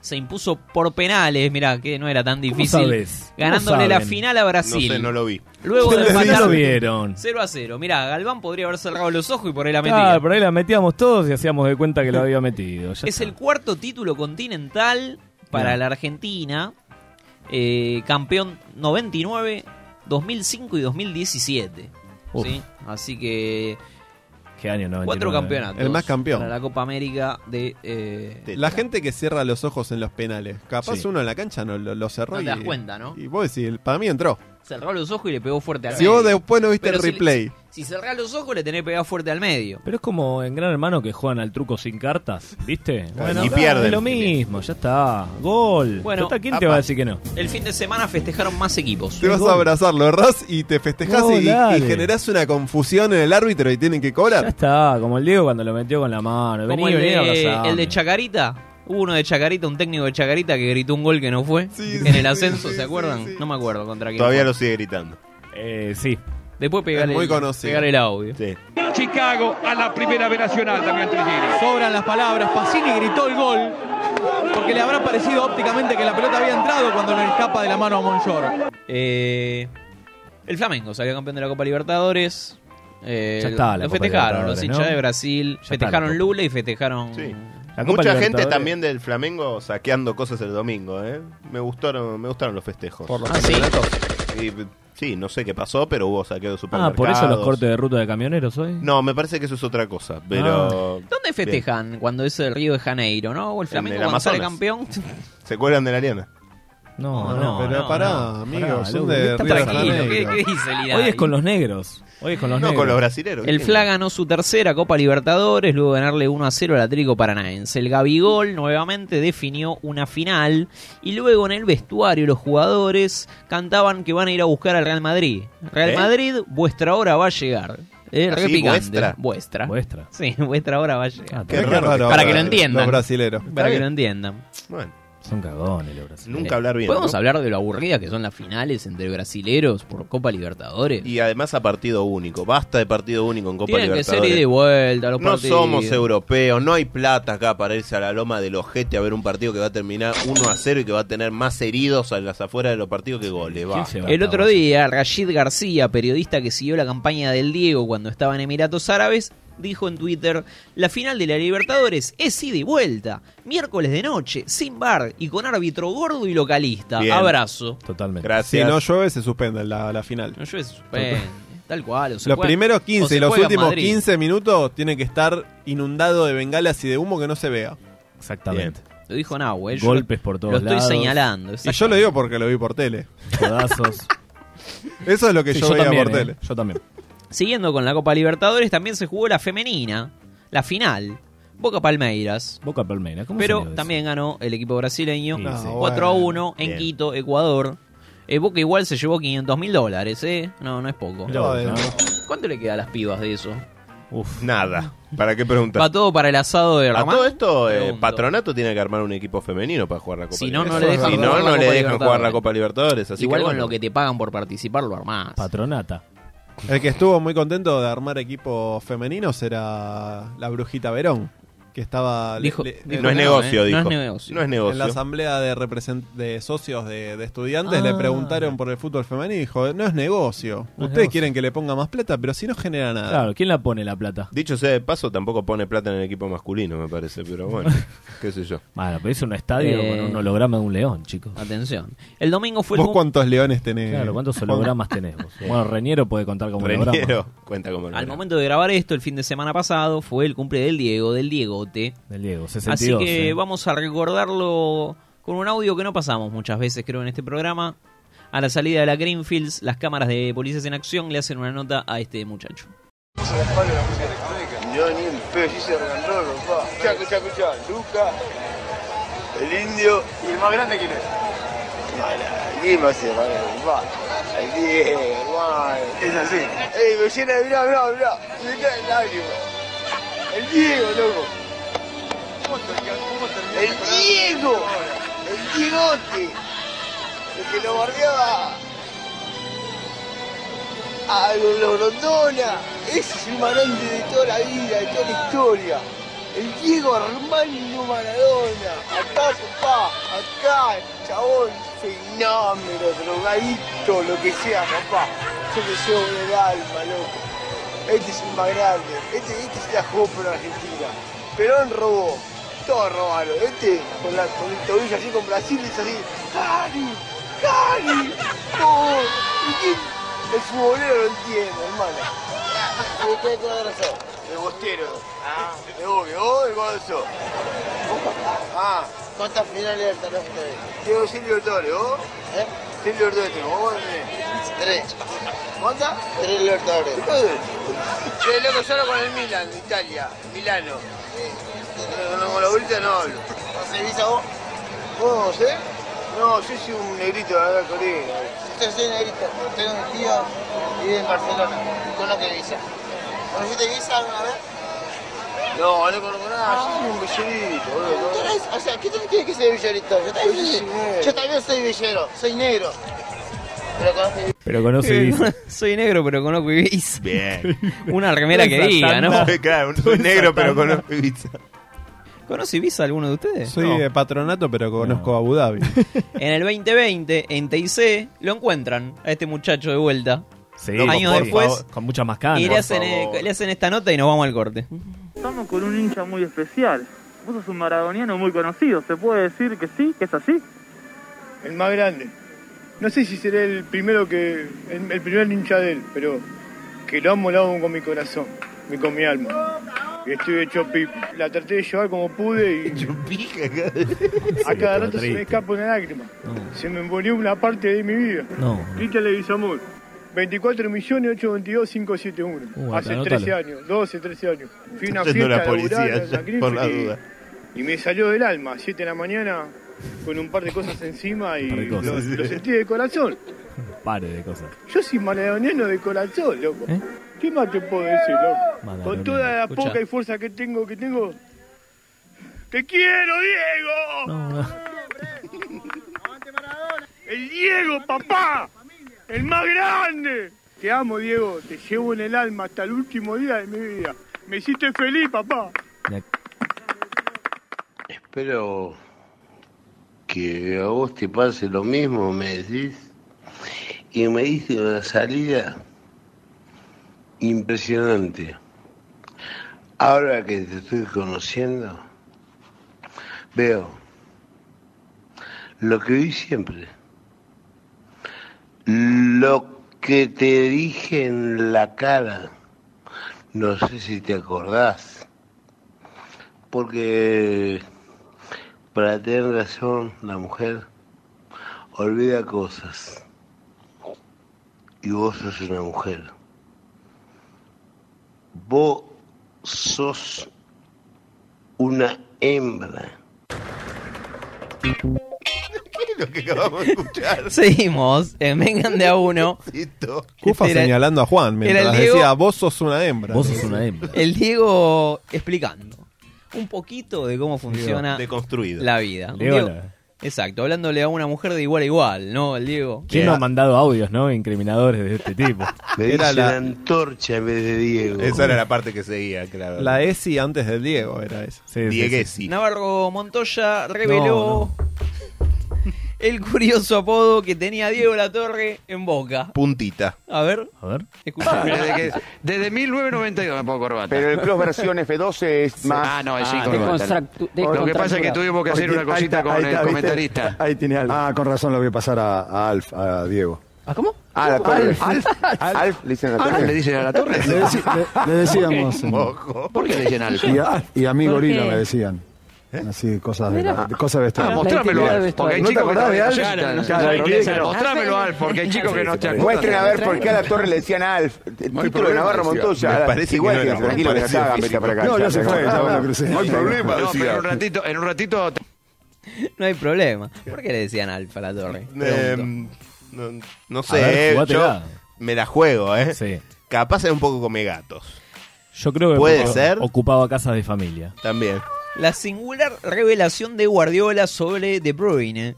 Speaker 1: Se impuso por penales, mirá, que no era tan
Speaker 3: ¿Cómo
Speaker 1: difícil.
Speaker 3: sabés? ¿Cómo
Speaker 1: Ganándole la
Speaker 3: saben?
Speaker 1: final a
Speaker 2: No
Speaker 1: Brasil.
Speaker 2: sé, no lo vi.
Speaker 1: Luego de
Speaker 3: Sí
Speaker 1: empatar
Speaker 3: lo vieron.
Speaker 1: 0 a 0. Mirá, Galván podría haber cerrado los ojos y por ahí la metía.
Speaker 3: Claro, por ahí la metíamos todos y hacíamos de cuenta que lo había metido. ya
Speaker 1: Es
Speaker 3: está.
Speaker 1: el cuarto título continental para
Speaker 3: Bien.
Speaker 1: la Argentina. Eh, campeón 99, 2005 y 2017.
Speaker 3: Uf.
Speaker 1: ¿sí? Así que
Speaker 3: ¿Qué año 99?
Speaker 1: cuatro campeonatos.
Speaker 8: El más campeón.
Speaker 1: Para la Copa América de... eh,
Speaker 8: La gente que cierra los ojos en los penales. Capaz
Speaker 3: Sí.
Speaker 8: uno en la cancha no lo, lo cerró
Speaker 1: No te
Speaker 8: y,
Speaker 1: das cuenta, ¿no?
Speaker 8: Y vos decís, para mí entró.
Speaker 1: Cerró los ojos y le pegó fuerte al
Speaker 8: Si
Speaker 1: medio.
Speaker 8: vos después no viste
Speaker 1: Pero
Speaker 8: el
Speaker 1: si-
Speaker 8: replay.
Speaker 1: Si, cerrás los ojos le tenés pegado fuerte al medio.
Speaker 3: Pero es como en Gran Hermano que juegan al truco sin cartas, ¿viste?
Speaker 2: y
Speaker 3: ah,
Speaker 2: pierden.
Speaker 3: Es lo mismo, ya está. Gol.
Speaker 1: Bueno,
Speaker 3: Total, ¿Quién te
Speaker 2: apa.
Speaker 3: va a decir que no?
Speaker 1: El fin de semana festejaron más equipos.
Speaker 8: Te vas a abrazar, lo errás y te festejás
Speaker 3: No,
Speaker 8: y, y
Speaker 3: dale.
Speaker 8: generás una confusión en el árbitro y tienen que
Speaker 3: Ya
Speaker 8: cobrar.
Speaker 3: está, como el Diego cuando lo metió con la mano.
Speaker 1: Como
Speaker 3: Vení,
Speaker 1: el,
Speaker 3: vení,
Speaker 1: de,
Speaker 3: abrazame.
Speaker 1: el de Chacarita. Hubo uno de Chacarita, un técnico de Chacarita que gritó un gol que no fue
Speaker 8: Sí,
Speaker 1: en
Speaker 8: sí,
Speaker 1: el ascenso,
Speaker 8: sí,
Speaker 1: ¿se
Speaker 8: sí,
Speaker 1: acuerdan?
Speaker 8: sí.
Speaker 1: No me acuerdo contra quién.
Speaker 2: Todavía
Speaker 1: fue.
Speaker 2: lo sigue gritando.
Speaker 3: Eh, sí.
Speaker 1: Después pegar,
Speaker 8: Es muy
Speaker 1: el,
Speaker 8: conocido.
Speaker 1: pegar el audio.
Speaker 2: Sí.
Speaker 5: Chicago a la primera B nacional también Trigini.
Speaker 14: Sobran las palabras. Pacini gritó el gol porque le habrá parecido ópticamente que la pelota había entrado cuando le escapa de la mano a Monchor.
Speaker 1: Eh, el Flamengo salió campeón de la Copa Libertadores. Eh,
Speaker 3: Ya está la
Speaker 1: lo
Speaker 3: Copa
Speaker 1: festejaron, los
Speaker 3: Libertadores,
Speaker 1: hinchas
Speaker 3: ¿no?
Speaker 1: de Brasil.
Speaker 3: Ya está la
Speaker 1: festejaron
Speaker 3: Copa.
Speaker 1: Lula y festejaron
Speaker 2: Sí.
Speaker 3: La Copa
Speaker 2: Mucha gente
Speaker 3: Libertadores-
Speaker 2: también del Flamengo saqueando cosas el domingo, ¿eh? Me gustaron, me gustaron los festejos.
Speaker 1: Por los
Speaker 2: Ah, ¿sí?
Speaker 1: campeonatos.
Speaker 2: Y, sí, no sé qué pasó, pero hubo saqueo de
Speaker 3: Ah,
Speaker 2: supermercados.
Speaker 3: por eso los cortes de ruta de camioneros hoy.
Speaker 2: No, me parece que eso es otra cosa,
Speaker 3: Ah.
Speaker 2: pero...
Speaker 1: ¿Dónde festejan cuando es el Río de Janeiro, no? O el Flamengo
Speaker 2: el
Speaker 1: cuando sale
Speaker 2: Amazonas.
Speaker 1: campeón.
Speaker 2: Se cuelgan de la arena.
Speaker 15: Ah,
Speaker 3: No,
Speaker 1: no,
Speaker 8: pero
Speaker 1: no,
Speaker 8: pará,
Speaker 1: no.
Speaker 8: amigo,
Speaker 1: Pará,
Speaker 8: son
Speaker 1: Lu,
Speaker 8: de
Speaker 1: está
Speaker 8: Río de
Speaker 1: tranquilo,
Speaker 8: Janeiro.
Speaker 1: ¿qué- qué dice el
Speaker 3: Hoy
Speaker 1: Irai?
Speaker 3: es con los negros. Hoy es con los
Speaker 2: No,
Speaker 3: negros.
Speaker 2: con los brasileros.
Speaker 1: El Fla ganó su tercera Copa Libertadores luego de ganarle 1 a 0 al Atlético Paranaense. El Gabigol nuevamente definió una final y luego en el vestuario los jugadores cantaban que van a ir a buscar al Real Madrid. Real
Speaker 2: ¿Eh?
Speaker 1: Madrid, vuestra hora va a llegar. Eh, re
Speaker 2: Sí,
Speaker 1: picante.
Speaker 2: vuestra.
Speaker 1: Vuestra. Sí, vuestra hora va a llegar.
Speaker 2: Qué qué raro. raro.
Speaker 1: Para que lo
Speaker 2: Los
Speaker 1: entiendan.
Speaker 2: brasileros. Está
Speaker 1: Para que
Speaker 2: bien.
Speaker 1: lo entiendan.
Speaker 2: Bueno.
Speaker 3: Son cagones los brasileños.
Speaker 2: Nunca hablar bien,
Speaker 1: Eh, Podemos
Speaker 2: ¿no?
Speaker 1: hablar de lo aburrida que son las finales entre brasileros por Copa Libertadores.
Speaker 2: Y además a partido único. Basta de partido único en Copa
Speaker 1: Tienen que ser
Speaker 2: Libertadores.
Speaker 1: ida y vuelta los
Speaker 2: no
Speaker 1: partidos.
Speaker 2: somos europeos, no hay plata acá para irse a la loma del ojete a ver un partido que va a terminar 1 a 0 y que va a tener más heridos a las afueras de los partidos que goles. va.
Speaker 1: El otro día, Rashid García, periodista que siguió la campaña del Diego cuando estaba en Emiratos Árabes, dijo en Twitter, la final de la Libertadores es ida y vuelta, miércoles de noche, sin bar y con árbitro gordo y localista.
Speaker 8: Bien.
Speaker 1: Abrazo.
Speaker 3: Totalmente.
Speaker 8: Si no llueve, se suspende la, la final.
Speaker 1: No llueve, se suspende. Tal cual. o se
Speaker 8: Los
Speaker 1: juega-
Speaker 8: primeros
Speaker 1: o se
Speaker 8: 15 y los
Speaker 1: juega en
Speaker 8: últimos
Speaker 1: Madrid.
Speaker 8: 15 minutos tiene que estar inundado de bengalas y de humo que no se vea.
Speaker 3: Exactamente.
Speaker 1: Lo dijo Nahuel. yo
Speaker 3: Golpes
Speaker 1: lo-
Speaker 3: por todos
Speaker 1: Lo estoy
Speaker 3: lados.
Speaker 1: señalando.
Speaker 8: Y yo lo digo porque lo vi por tele. Eso es lo que
Speaker 3: Sí,
Speaker 8: yo,
Speaker 3: yo
Speaker 8: veía
Speaker 3: también,
Speaker 8: por
Speaker 3: eh.
Speaker 8: tele.
Speaker 3: Yo también.
Speaker 1: Siguiendo con la Copa Libertadores, también se jugó la femenina, la final. Boca Palmeiras.
Speaker 3: Boca Palmeiras, ¿cómo
Speaker 1: Pero
Speaker 3: salió eso?
Speaker 1: también ganó el equipo brasileño
Speaker 3: Sí, sí.
Speaker 1: 4 a 1 en
Speaker 3: Bien.
Speaker 1: Quito, Ecuador. Eh, Boca igual se llevó 500 mil dólares, ¿eh? No, no es poco.
Speaker 2: No, no.
Speaker 1: ¿Cuánto le queda a las pibas de eso?
Speaker 2: Nada. ¿Para qué preguntar?
Speaker 1: Va todo para el asado de
Speaker 2: A
Speaker 1: Ramón.
Speaker 2: todo esto, eh,
Speaker 1: Pregunto.
Speaker 2: Patronato tiene que armar un equipo femenino para jugar la Copa
Speaker 1: Si no, no le
Speaker 2: Libertadores.
Speaker 1: dejan
Speaker 2: Si
Speaker 1: jugar
Speaker 2: no,
Speaker 1: la
Speaker 2: no le
Speaker 1: Copa
Speaker 2: dejan jugar la
Speaker 1: Libertadores.
Speaker 2: Copa Libertadores. Así
Speaker 1: igual
Speaker 2: que,
Speaker 1: con
Speaker 2: bueno.
Speaker 1: lo que te pagan por participar lo armás.
Speaker 3: Patronata.
Speaker 8: El que estuvo muy contento de armar equipos femeninos era la brujita Verón, que estaba... le-
Speaker 1: Dijo-
Speaker 8: le-
Speaker 1: dijo
Speaker 8: en-
Speaker 2: No es
Speaker 1: no,
Speaker 2: negocio,
Speaker 1: eh. No
Speaker 2: dijo.
Speaker 1: es negocio.
Speaker 2: No es
Speaker 8: En la
Speaker 2: negocio.
Speaker 8: asamblea de, represent- de socios de, de estudiantes
Speaker 1: Ah.
Speaker 8: le preguntaron por el fútbol femenino y dijo, no es negocio.
Speaker 3: No es
Speaker 8: Ustedes
Speaker 3: negocio.
Speaker 8: quieren que le ponga más plata, pero si no genera nada.
Speaker 3: Claro, ¿quién la pone la plata?
Speaker 2: Dicho sea de paso, tampoco pone plata en el equipo masculino, me parece. Pero bueno, qué sé yo.
Speaker 3: Bueno, pero es un estadio
Speaker 1: Eh.
Speaker 3: con un holograma de un león, chicos.
Speaker 1: Atención. El domingo fue el
Speaker 8: ¿Vos
Speaker 1: mu-
Speaker 8: cuántos leones tenés?
Speaker 3: Claro, ¿cuántos
Speaker 8: Juan?
Speaker 3: hologramas tenemos? Bueno, Reñero puede contar como
Speaker 2: Reñero
Speaker 3: holograma.
Speaker 2: cuenta como
Speaker 1: Al
Speaker 2: holograma.
Speaker 1: momento de grabar esto, el fin de semana pasado, fue el cumple del Diego, del Diegote.
Speaker 3: Del Diego, 62.
Speaker 1: Así que
Speaker 3: eh.
Speaker 1: vamos a recordarlo con un audio que no pasamos muchas veces, creo, en este programa. A la salida de la Greenfields, las cámaras de policías en acción le hacen una nota a este muchacho.
Speaker 16: Yo ni en pedo, yo hice rock and roll, papá. Escuchá, escuchá, escuchá. Luca, el indio. ¿Y el más grande quién es? ¿Quién va a ser, más grande, papá? El Diego, hermano. Es así. Ey, me llena de mirá, mirá, mirá. Me cae el lágrima. El Diego, loco. El Diego. El Diegote. El que lo bardeaba. Ah, A los Rondona, ese es el marante de toda la vida, de toda la historia. El Diego Armando Maradona, acá papá, acá, chabón, fenómeno, drogadicto, lo que sea, papá. Yo lo llevo en el alma, loco. Este es el más grande, este, este se la jugó por Argentina. Perón robó, todos robaron, este con, la- con el tobillo así con Brasil, es así, ¡Cari! ¡Cari! ¡Oh! ¿Y quién el futbolero lo entiendo, hermano. ¿Qué cuadro El bostero. Ah. De vos, que vos, el cuadro sos. Ah. ¿Cuántas finales de ustedes? Tengo seis libertadores, ¿vos? ¿Eh? Seis libertadores tengo, vos tenés. Tres. ¿Cuántas? Tres libertadores. Yo loco solo con el Milan, de Italia, Milano. No, no, con la bolita no hablo. ¿Hace visa vos? ¿Vos, eh? No, yo soy un negrito de la verdad, Corina. Usted es negrito, usted es un tío y vive en Barcelona. ¿Conoce Visa? ¿Conociste Visa alguna vez? No, no conozco nada, yo soy un villerito, boludo. Ah. O sea, ¿qué tiene que ser villerito? Yo también, soy, yo también soy villero, soy negro. Pero conoce
Speaker 3: Pero conoce
Speaker 1: Eh,
Speaker 3: Ibiza.
Speaker 1: Soy negro, pero conozco Ibiza.
Speaker 2: Bien.
Speaker 1: Una remera que diga, ¿no?
Speaker 2: Claro, soy negro, pero con los pibitos.
Speaker 1: ¿Conoce Ibiza alguno de ustedes?
Speaker 8: Soy
Speaker 1: No.
Speaker 8: de patronato, pero conozco a Abu Dhabi.
Speaker 1: En el 2020, en TIC, lo encuentran a este muchacho de vuelta.
Speaker 3: Sí,
Speaker 1: Años
Speaker 3: por
Speaker 1: después.
Speaker 3: favor, con muchas más canas.
Speaker 1: Y le hacen, eh, le hacen esta nota y nos vamos al corte.
Speaker 17: Estamos con un hincha muy especial, Vos sos un maradoniano muy conocido, ¿se puede decir que sí, que es así?
Speaker 18: El más grande. No sé si seré el primero que. el, el primer hincha de él, pero que lo amo, lo amo con mi corazón y con mi alma. Y estoy hecho pipa. La traté de llevar como pude y. A cada rato se me
Speaker 19: triste.
Speaker 18: escapa una lágrima. Se me envolvió una parte de mi vida.
Speaker 19: No.
Speaker 18: Y Televisamón. 24 millones 822 571.
Speaker 19: Uh,
Speaker 18: Hace
Speaker 19: anótalo.
Speaker 18: 13 años, 12, 13 años. Fui a una
Speaker 2: Está yendo
Speaker 18: fiesta
Speaker 2: la policía
Speaker 18: laburar,
Speaker 2: ya,
Speaker 18: a Sacrifice,
Speaker 2: por la
Speaker 18: y-
Speaker 2: duda.
Speaker 18: Y me salió del alma, 7 de la mañana, con un par de cosas encima y
Speaker 3: Un par de
Speaker 18: lo,
Speaker 3: cosas.
Speaker 18: lo sentí de corazón.
Speaker 3: Pare de cosas.
Speaker 18: Yo soy maradoniano de corazón, loco. ¿Qué más te puedo decir, loco?
Speaker 3: Maradona.
Speaker 18: Con toda la
Speaker 3: Escucha.
Speaker 18: poca y fuerza que tengo, que tengo. ¡Te quiero, Diego! ¡El Diego, papá! ¡El más grande! Te amo, Diego. Te llevo en el alma hasta el último día de mi vida. Me hiciste feliz, papá.
Speaker 20: Espero que a vos te pase lo mismo, me decís. Y me diste una salida impresionante. Ahora que te estoy conociendo, veo lo que vi siempre. Lo que te dije en la cara. No sé si te acordás. Porque para tener razón, la mujer olvida cosas. Y vos sos una mujer. Vos sos una hembra.
Speaker 2: lo que acabamos de escuchar?
Speaker 1: Seguimos, en vengan de a uno.
Speaker 8: Cufa
Speaker 1: Era-
Speaker 8: señalando a Juan
Speaker 1: era
Speaker 8: mientras
Speaker 1: el Diego-
Speaker 8: decía, vos sos una hembra.
Speaker 1: Vos sos una
Speaker 8: hembra.
Speaker 1: El Diego explicando un poquito de cómo funciona
Speaker 2: deconstruido.
Speaker 1: la vida. Un
Speaker 3: Diego,
Speaker 1: Diego-
Speaker 3: la-
Speaker 1: exacto, hablándole a una mujer de igual a igual, ¿no? El Diego.
Speaker 3: ¿Quién no ha mandado audios, no? Incriminadores de este tipo.
Speaker 20: Me Era dicen la- antorcha en vez de Diego.
Speaker 2: Esa era la parte que seguía, claro.
Speaker 8: La ESI antes del Diego era esa.
Speaker 2: Dieguesi.
Speaker 1: Navarro Montoya reveló el curioso apodo que tenía Diego La Torre en Boca.
Speaker 2: Puntita.
Speaker 1: A ver,
Speaker 3: A ver.
Speaker 1: escuchá.
Speaker 21: Desde, Ah, que- desde 1992 me pongo corbata.
Speaker 15: Pero el Cross versión F12 es más.
Speaker 21: Ah, no, es sin
Speaker 15: Ah,
Speaker 21: corbata.
Speaker 15: descontractu-
Speaker 21: Lo que pasa es que
Speaker 15: descontracturado.
Speaker 21: tuvimos que hacer
Speaker 15: Porque
Speaker 21: una cosita
Speaker 15: ahí
Speaker 21: con
Speaker 15: está, ahí
Speaker 21: el
Speaker 15: está, ¿viste?
Speaker 21: comentarista.
Speaker 15: Ahí tiene algo.
Speaker 22: Ah, con razón lo voy a pasar a, a Alf, a Diego.
Speaker 21: ¿Ah, cómo?
Speaker 15: Ah, la torre.
Speaker 21: Alf, Alf,
Speaker 15: Alf, le dicen a la
Speaker 21: Alf
Speaker 15: torre.
Speaker 21: le dicen a la torre.
Speaker 15: Le, deci- le- le decíamos. eh,
Speaker 21: ¿Por qué? ¿Por qué le dicen Alf?
Speaker 15: Y a, y a mí
Speaker 21: ¿Por
Speaker 15: gorila
Speaker 21: qué?
Speaker 15: me decían. Así, cosas de,
Speaker 21: Mira.
Speaker 15: de cosas de vestuario.
Speaker 21: Ah, mostrámelo,
Speaker 15: La
Speaker 21: Alf.
Speaker 15: identidad
Speaker 21: Porque hay
Speaker 15: de
Speaker 21: chicos que
Speaker 15: vestuario.
Speaker 21: no
Speaker 15: ¿No te acordás de Alf?
Speaker 21: se acuerdan. Mostrámelo, Alf, porque hay chicos que no te acuerdan.
Speaker 15: Muestren a ver por qué a la torre le decían Alf.
Speaker 21: hay
Speaker 15: título de
Speaker 21: problema,
Speaker 15: Navarro
Speaker 21: decía.
Speaker 15: Montoya.
Speaker 21: Me parece que
Speaker 15: Igual
Speaker 21: no
Speaker 15: que
Speaker 21: era
Speaker 15: tranquilo, que
Speaker 21: parecido
Speaker 15: acá,
Speaker 21: físico.
Speaker 15: vete para acá.
Speaker 21: No, no se fue, ya me lo
Speaker 15: crucé.
Speaker 21: No, pero en un ratito, en un ratito.
Speaker 1: no hay problema. ¿Por qué le decían Alfa a La Torre?
Speaker 21: Em,
Speaker 2: Eh,
Speaker 1: Pregunto.
Speaker 2: no, no
Speaker 1: A ver,
Speaker 2: sé, eh, yo
Speaker 1: jugátela.
Speaker 2: me la juego, ¿eh? Capaz era un poco come gatos.
Speaker 3: Yo creo que
Speaker 2: Puede
Speaker 3: ocupaba-
Speaker 2: ser.
Speaker 3: ocupaba casas de familia.
Speaker 2: También.
Speaker 1: La singular revelación de Guardiola sobre De Bruyne.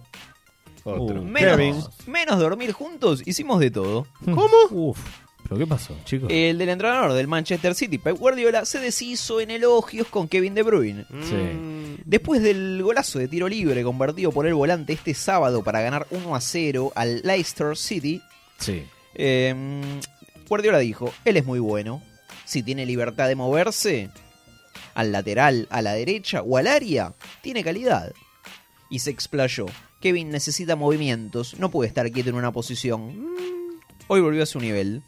Speaker 2: Otro. Kevin.
Speaker 1: Menos, menos dormir juntos, hicimos de todo. Uh,
Speaker 3: ¿Cómo? Uf, ¿pero qué pasó, chicos?
Speaker 1: El del entrenador del Manchester City, Pep Guardiola, se deshizo en elogios con Kevin De Bruyne.
Speaker 3: Mm.
Speaker 1: Después del golazo de tiro libre convertido por el volante este sábado para ganar 1 a 0 al Leicester City,
Speaker 3: Sí.
Speaker 1: eh, Guardiola dijo, él es muy bueno. Si tiene libertad de moverse al lateral, a la derecha o al área, tiene calidad. Y se explayó. Kevin necesita movimientos, no puede estar quieto en una posición. Mm, Hoy volvió a su nivel.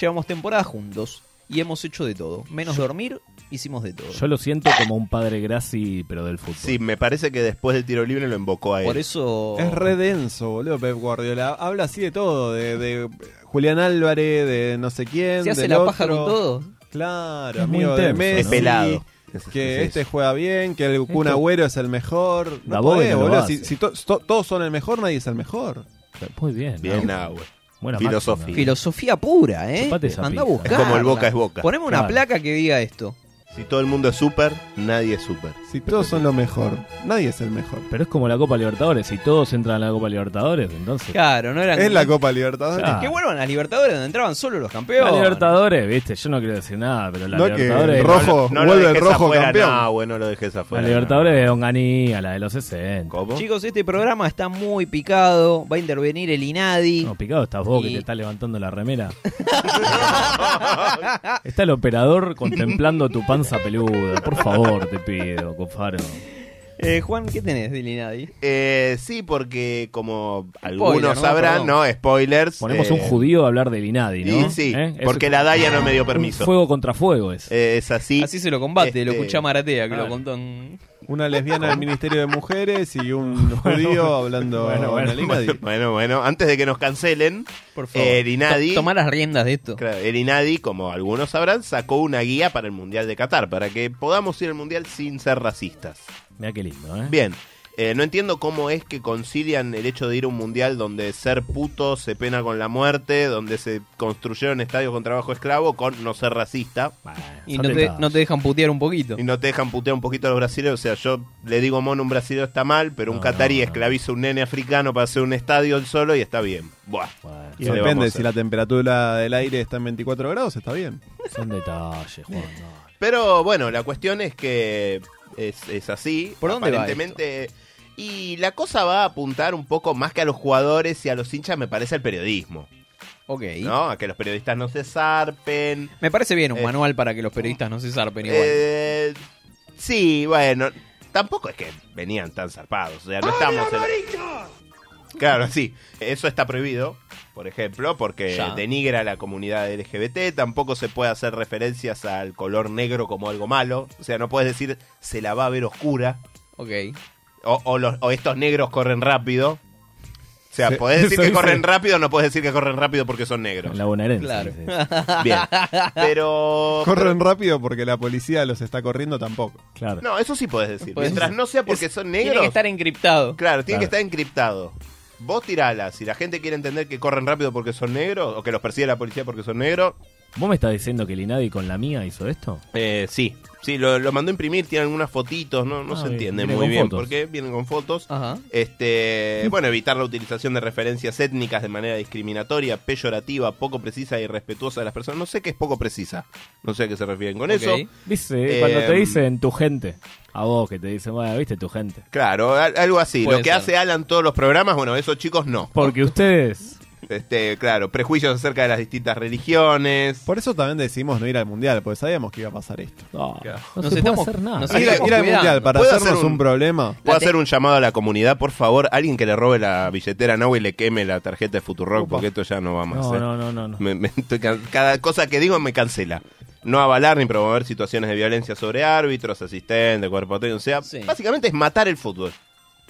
Speaker 1: Llevamos temporada juntos y hemos hecho de todo. Menos dormir, hicimos de todo.
Speaker 3: Yo lo siento como un padre Graci, pero del fútbol.
Speaker 2: Sí, me parece que después del tiro libre lo embocó a él.
Speaker 1: Por eso...
Speaker 8: Es re denso, boludo, Pep Guardiola. Habla así de todo, de, de Julián Álvarez, de no sé quién.
Speaker 1: Se hace
Speaker 8: del
Speaker 1: la paja
Speaker 8: otro.
Speaker 1: con todo.
Speaker 8: Claro,
Speaker 1: Es muy
Speaker 8: amigo de
Speaker 1: intenso,
Speaker 8: Messi.
Speaker 2: Es pelado.
Speaker 8: Que
Speaker 2: Es
Speaker 8: este juega bien, que el Kun
Speaker 2: Esto-
Speaker 8: Agüero es el mejor.
Speaker 2: La
Speaker 8: No
Speaker 2: Boe
Speaker 8: podés,
Speaker 2: no lo
Speaker 8: boludo.
Speaker 2: hace.
Speaker 8: Si, si to- to- todos son el mejor, nadie es el mejor.
Speaker 3: Muy bien.
Speaker 2: Bien, Nahue. Filosofía.
Speaker 1: Filosofía pura, ¿eh?
Speaker 2: Chupate esa
Speaker 1: Andá a
Speaker 2: pija.
Speaker 1: buscar.
Speaker 2: Como el Boca es Boca.
Speaker 1: Poneme una
Speaker 2: Claro.
Speaker 1: placa que diga esto.
Speaker 2: Si todo el mundo es súper, nadie es súper.
Speaker 8: Si todos son lo mejor, nadie es el mejor.
Speaker 3: Pero es como la Copa Libertadores. Si todos entran a la Copa Libertadores, entonces.
Speaker 1: Claro, no eran.
Speaker 3: Es la Copa Libertadores.
Speaker 1: Que vuelvan las Libertadores donde entraban solo los
Speaker 3: La
Speaker 1: campeones.
Speaker 3: Libertadores, viste, yo no quiero decir nada, pero la
Speaker 1: No, que
Speaker 3: Libertadores.
Speaker 1: el rojo-
Speaker 2: No lo
Speaker 1: Vuelve el
Speaker 2: dejes
Speaker 1: rojo
Speaker 2: afuera,
Speaker 1: campeón.
Speaker 2: Nahue, no lo dejes afuera.
Speaker 3: la Libertadores de Onganía, la de los 60.
Speaker 1: Chicos, este programa está muy picado. Va a intervenir el Inadi.
Speaker 3: No, picado estás vos
Speaker 1: Y-
Speaker 3: que te está levantando la remera. está el operador contemplando tu pan panza peluda. Por favor, te pido, Cofaro.
Speaker 1: Eh, Juan, ¿qué tenés de Linadi?
Speaker 2: Eh, sí, porque como
Speaker 1: Spoiler,
Speaker 2: algunos
Speaker 1: ¿no? Perdón.
Speaker 2: sabrán, no, spoilers.
Speaker 3: Ponemos
Speaker 2: eh,
Speaker 3: un judío a hablar del Inadi, ¿no?
Speaker 2: y sí,
Speaker 3: ¿Eh? Es
Speaker 2: porque
Speaker 3: un-
Speaker 2: la Daya no me dio
Speaker 3: un
Speaker 2: permiso.
Speaker 3: fuego contra fuego es.
Speaker 2: Eh, es así.
Speaker 1: Así se lo combate, lo
Speaker 2: Este,
Speaker 1: escuché a Maratea, que
Speaker 2: claro.
Speaker 1: lo contó en...
Speaker 8: Una lesbiana del Ministerio de Mujeres y un judío hablando
Speaker 2: Bueno, bueno,
Speaker 8: en el Inadi.
Speaker 2: bueno, bueno, bueno, antes de que nos cancelen,
Speaker 1: Por favor.
Speaker 2: eh, el Inadi,
Speaker 1: To- tomá las riendas de esto.
Speaker 2: claro, el Inadi, como algunos sabrán, sacó una guía para el Mundial de Qatar, para que podamos ir al Mundial sin ser racistas.
Speaker 3: Mira qué lindo, ¿eh?
Speaker 2: Bien. Eh, no entiendo cómo es que concilian el hecho de ir a un mundial donde ser puto se pena con la muerte, donde se construyeron estadios con trabajo esclavo, con no ser racista.
Speaker 1: Y no te, no te dejan putear un poquito.
Speaker 2: Y no te dejan putear un poquito a los brasileños. O sea, yo le digo mono, un brasileño está mal, pero un catarí esclaviza a un nene africano para hacer un estadio él solo y está bien. Buah. ¿qué
Speaker 8: Y
Speaker 2: le vamos a
Speaker 8: depende,
Speaker 2: hacer?
Speaker 8: si la temperatura del aire está en 24 grados, está bien.
Speaker 3: Son detalles, Juan.
Speaker 2: Pero bueno, la cuestión es que es, es así.
Speaker 1: ¿Por dónde va
Speaker 2: Aparentemente. y la cosa va a apuntar un poco más que a los jugadores y a los hinchas, me parece, al periodismo.
Speaker 1: Ok.
Speaker 2: ¿No? A que los periodistas no se zarpen.
Speaker 1: Me parece bien un
Speaker 2: Eh,
Speaker 1: manual para que los periodistas no se zarpen igual.
Speaker 2: Eh, sí, bueno. Tampoco es que venían tan zarpados. O sea, no estamos. en- Claro, sí. Eso está prohibido, por ejemplo, porque
Speaker 1: Ya.
Speaker 2: denigra a la comunidad LGBT. Tampoco se puede hacer referencias al color negro como algo malo. O sea, no puedes decir se la va a ver oscura.
Speaker 1: ok.
Speaker 2: O, o los- o estos negros corren rápido. O sea,
Speaker 3: Sí,
Speaker 2: podés decir
Speaker 3: eso
Speaker 2: que
Speaker 3: dice.
Speaker 2: corren rápido, no podés decir que corren rápido porque son negros.
Speaker 3: La bonaerense.
Speaker 2: Claro. Bien. Pero.
Speaker 8: Corren rápido porque la policía los está corriendo tampoco.
Speaker 3: Claro.
Speaker 2: No, eso sí podés decir.
Speaker 8: Podés
Speaker 2: Mientras
Speaker 8: decir.
Speaker 2: no sea porque son negros.
Speaker 1: Tiene que estar encriptado.
Speaker 2: Claro, tiene que
Speaker 1: Claro.
Speaker 2: estar encriptado. Vos tirala. Si la gente quiere entender que corren rápido porque son negros o que los persigue la policía porque son negros.
Speaker 3: ¿Vos me estás diciendo que el Inadi con la mía hizo esto?
Speaker 2: Eh, sí. Sí, lo, lo mandó a imprimir, tiene algunas fotitos, no, no
Speaker 3: Ah,
Speaker 2: se
Speaker 3: bien.
Speaker 2: entiende
Speaker 3: Viene
Speaker 2: muy
Speaker 3: con
Speaker 2: bien
Speaker 3: fotos.
Speaker 2: porque vienen con fotos. Este, bueno, evitar la utilización de referencias étnicas de manera discriminatoria, peyorativa, poco precisa y respetuosa de las personas. No sé qué es poco precisa. No sé a qué se refieren con eso.
Speaker 3: Dice, eh, cuando te
Speaker 2: Em,
Speaker 3: dicen tu gente, a vos que te dicen, bueno, viste tu gente.
Speaker 2: Claro, al- algo así.
Speaker 3: Puede
Speaker 2: Lo que
Speaker 3: ser.
Speaker 2: hace Alan todos los programas, bueno, esos chicos no.
Speaker 3: Porque ustedes.
Speaker 2: Este, claro, prejuicios acerca de las distintas religiones.
Speaker 8: Por eso también decidimos no ir al mundial, porque sabíamos que iba a pasar esto.
Speaker 3: no
Speaker 1: se puede estamos- hacer nada. nos
Speaker 8: Ir, a-
Speaker 1: estamos
Speaker 8: ir al
Speaker 1: cuidando.
Speaker 8: mundial para
Speaker 2: ¿Puedo
Speaker 8: hacernos
Speaker 2: hacer un-
Speaker 8: un problema.
Speaker 2: ¿Puedo hacer un llamado a la comunidad, por favor? Alguien que le robe la billetera a Nahue y le queme la tarjeta de Futurock, porque esto ya no va más.
Speaker 3: No,
Speaker 2: ¿eh?
Speaker 3: no, no, no, no.
Speaker 2: Me- me estoy can- cada cosa que digo me cancela. No avalar ni promover situaciones de violencia sobre árbitros, asistentes, cuerpo técnico. O sea, básicamente es matar el fútbol.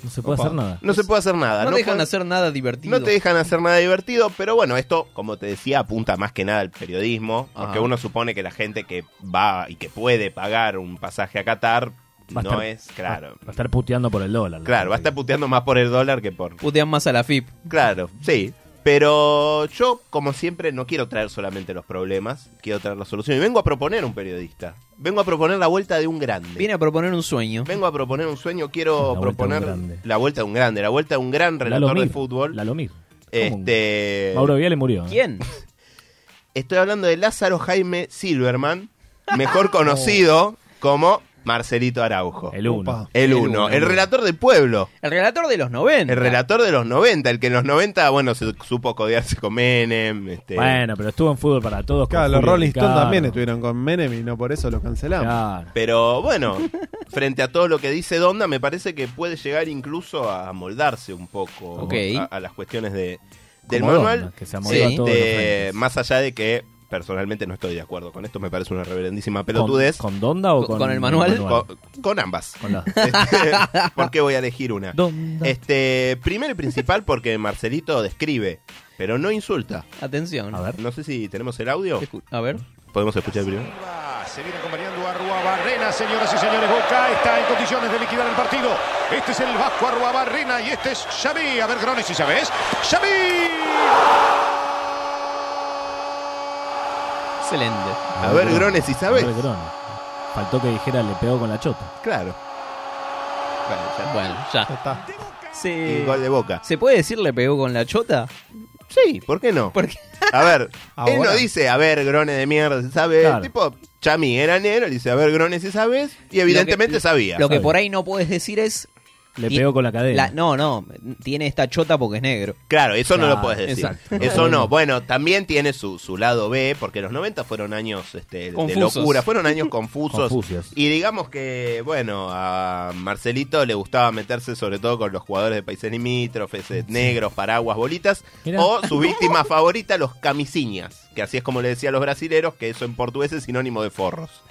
Speaker 3: No se puede hacer nada.
Speaker 2: No se puede hacer nada.
Speaker 1: No, dejan
Speaker 2: puede-
Speaker 1: hacer nada divertido.
Speaker 2: No te dejan hacer nada divertido, pero bueno, esto, como te decía, apunta más que nada al periodismo, porque
Speaker 1: Ajá.
Speaker 2: uno supone que la gente que va y que puede pagar un pasaje a Qatar
Speaker 3: Va a
Speaker 2: no
Speaker 3: estar-
Speaker 2: es, claro.
Speaker 3: Va a estar puteando por el dólar.
Speaker 2: Claro, va a estar puteando más por el dólar que por...
Speaker 1: Putean más a la FIP.
Speaker 2: Claro, sí. Pero yo, como siempre, no quiero traer solamente los problemas, quiero traer la solución. Y vengo a proponer un periodista. Vengo a proponer la vuelta de un grande.
Speaker 1: Viene a proponer un sueño.
Speaker 2: Vengo a proponer un sueño, quiero
Speaker 1: La vuelta de un
Speaker 2: proponer
Speaker 1: grande.
Speaker 2: la vuelta de un grande, la vuelta de un gran relator de
Speaker 3: Mir.
Speaker 2: fútbol.
Speaker 3: Lalomir.
Speaker 2: Este...
Speaker 3: Mauro Viale murió. ¿eh?
Speaker 1: ¿Quién?
Speaker 2: Estoy hablando de Lázaro Jaime Silverman, mejor conocido como Marcelito Araujo. El
Speaker 3: uno.
Speaker 2: El
Speaker 1: El
Speaker 2: uno.
Speaker 1: uno.
Speaker 2: El relator del pueblo.
Speaker 1: El relator de los 90.
Speaker 2: El relator de los 90, el que en los 90, bueno, se supo codearse con Menem. Este,
Speaker 3: Bueno, pero estuvo en fútbol para todos. con
Speaker 8: Claro, los
Speaker 3: Julio
Speaker 8: Rolling Stones
Speaker 3: Ricardo.
Speaker 8: también estuvieron con Menem y no por eso lo cancelamos.
Speaker 2: Pero bueno, frente a todo lo que dice Donda, me parece que puede llegar incluso a moldarse un poco
Speaker 1: Ok.
Speaker 2: a, a las cuestiones de, del
Speaker 3: Como
Speaker 2: manual.
Speaker 3: Donda, que se amolda a todos los
Speaker 2: Este,
Speaker 3: frentes.
Speaker 2: más allá de que personalmente no estoy de acuerdo con esto, me parece una reverendísima pelotudez.
Speaker 3: ¿Con, con Donda o
Speaker 2: Con-
Speaker 3: con,
Speaker 2: con el manual?
Speaker 3: Con,
Speaker 2: con ambas.
Speaker 3: la-
Speaker 2: Este, ¿Por qué voy a elegir una?
Speaker 3: Donda.
Speaker 2: Este, primero y principal porque Marcelito describe, pero no insulta.
Speaker 1: Atención.
Speaker 2: A ver. No sé si tenemos el audio.
Speaker 1: A ver.
Speaker 2: Podemos escuchar primero.
Speaker 5: Ah, Se viene acompañando a Ruabarrena, señoras y señores. Boca está en condiciones de liquidar el partido. Este es el Vasco Arruabarrena y este es Xavi. A ver, Grones, si sabes. ¡Xavi!
Speaker 1: Excelente.
Speaker 2: A ver, Grones, si sabes.
Speaker 3: A ver, Grones. Faltó que dijera le pegó con la chota.
Speaker 2: Claro.
Speaker 1: Bueno, ya. Se...
Speaker 2: Y gol de Boca.
Speaker 1: ¿Se puede decir le pegó con la chota?
Speaker 2: Sí, ¿por qué no? A ver, él no dice, a ver, grones de mierda, si sabes?
Speaker 1: Claro.
Speaker 2: Tipo, Chami era negro, le dice, a ver, grones, si sabes? Y evidentemente
Speaker 1: Lo que-
Speaker 2: sabía.
Speaker 1: Lo que por ahí no puedes decir es
Speaker 3: Le
Speaker 1: Ti-
Speaker 3: pegó con la cadena.
Speaker 1: la- no, no, tiene esta chota porque es negro.
Speaker 2: Claro, eso no lo
Speaker 1: Claro,
Speaker 2: puedes decir.
Speaker 1: exacto.
Speaker 2: Eso no. Bueno, también tiene su, su lado B, porque los 90 fueron años este, de
Speaker 1: Confusos.
Speaker 2: locura, fueron años confusos.
Speaker 1: Confucios.
Speaker 2: Y digamos que, bueno, a Marcelito le gustaba meterse sobre todo con los jugadores de países limítrofes, eh, negros, paraguas, bolitas,
Speaker 19: Mirá.
Speaker 2: o su víctima favorita, los camisinhas, que así es como le decía a los brasileros, que eso en portugués es sinónimo de forros.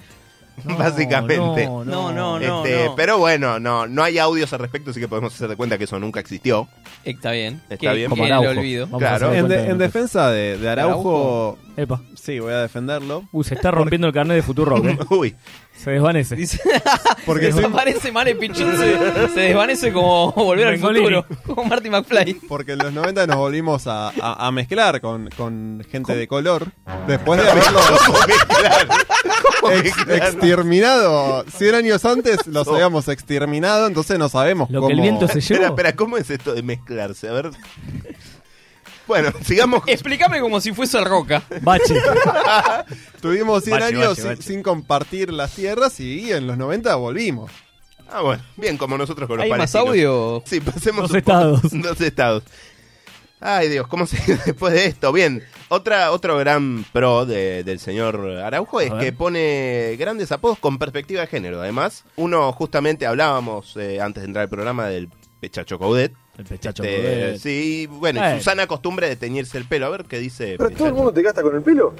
Speaker 2: Básicamente.
Speaker 1: no, no, no, no,
Speaker 2: Este,
Speaker 1: no.
Speaker 2: Pero bueno, no, no hay audios al respecto, así que podemos hacer de cuenta que eso nunca existió.
Speaker 1: Está bien.
Speaker 2: Está
Speaker 1: Que-
Speaker 2: bien.
Speaker 1: que Como Araujo. lo olvido. Vamos a
Speaker 2: Claro.
Speaker 1: hacer
Speaker 8: En, de- en defensa de, de Araujo,
Speaker 3: Epa.
Speaker 8: sí, voy a defenderlo.
Speaker 3: Uy, se está rompiendo el carnet de Futuro
Speaker 2: Uy.
Speaker 3: Se desvanece.
Speaker 8: Porque
Speaker 1: Desaparece Mane Pichón, se, se desvanece como volver al
Speaker 8: Bengolini.
Speaker 1: futuro, como Marty McFly.
Speaker 8: Porque en los 90 nos volvimos a, a- a mezclar con, con gente de color. Después de haberlo ex- exterminado. 100 años antes los habíamos exterminado, entonces no sabemos cómo.
Speaker 2: Espera, espera, ¿cómo es esto de mezclarse? A ver. Bueno, sigamos.
Speaker 1: Explícame como si fuese roca.
Speaker 3: Bache.
Speaker 8: Tuvimos 100
Speaker 2: Bache,
Speaker 8: años
Speaker 2: bache,
Speaker 8: sin,
Speaker 2: bache.
Speaker 8: sin compartir las tierras y en los 90 volvimos.
Speaker 2: Ah, bueno, bien, como nosotros con los
Speaker 8: ¿Hay más
Speaker 2: palestinos.
Speaker 8: audio?
Speaker 2: Sí, pasemos.
Speaker 8: Dos
Speaker 2: un poco-
Speaker 8: estados.
Speaker 2: Dos estados. Ay, Dios, ¿cómo se después de esto? Bien, otra, otro gran pro de- del señor Araujo es
Speaker 19: ver.
Speaker 2: que pone grandes apodos con perspectiva de género. Además, uno justamente hablábamos eh, antes de entrar al programa del Pechacho Caudet.
Speaker 3: El Pechacho
Speaker 2: Este,
Speaker 3: Caudet.
Speaker 2: Sí, bueno,
Speaker 3: Eh.
Speaker 2: y Susana costumbre de teñirse el pelo. A ver qué dice.
Speaker 15: ¿Pero todo el mundo te gasta con el pelo?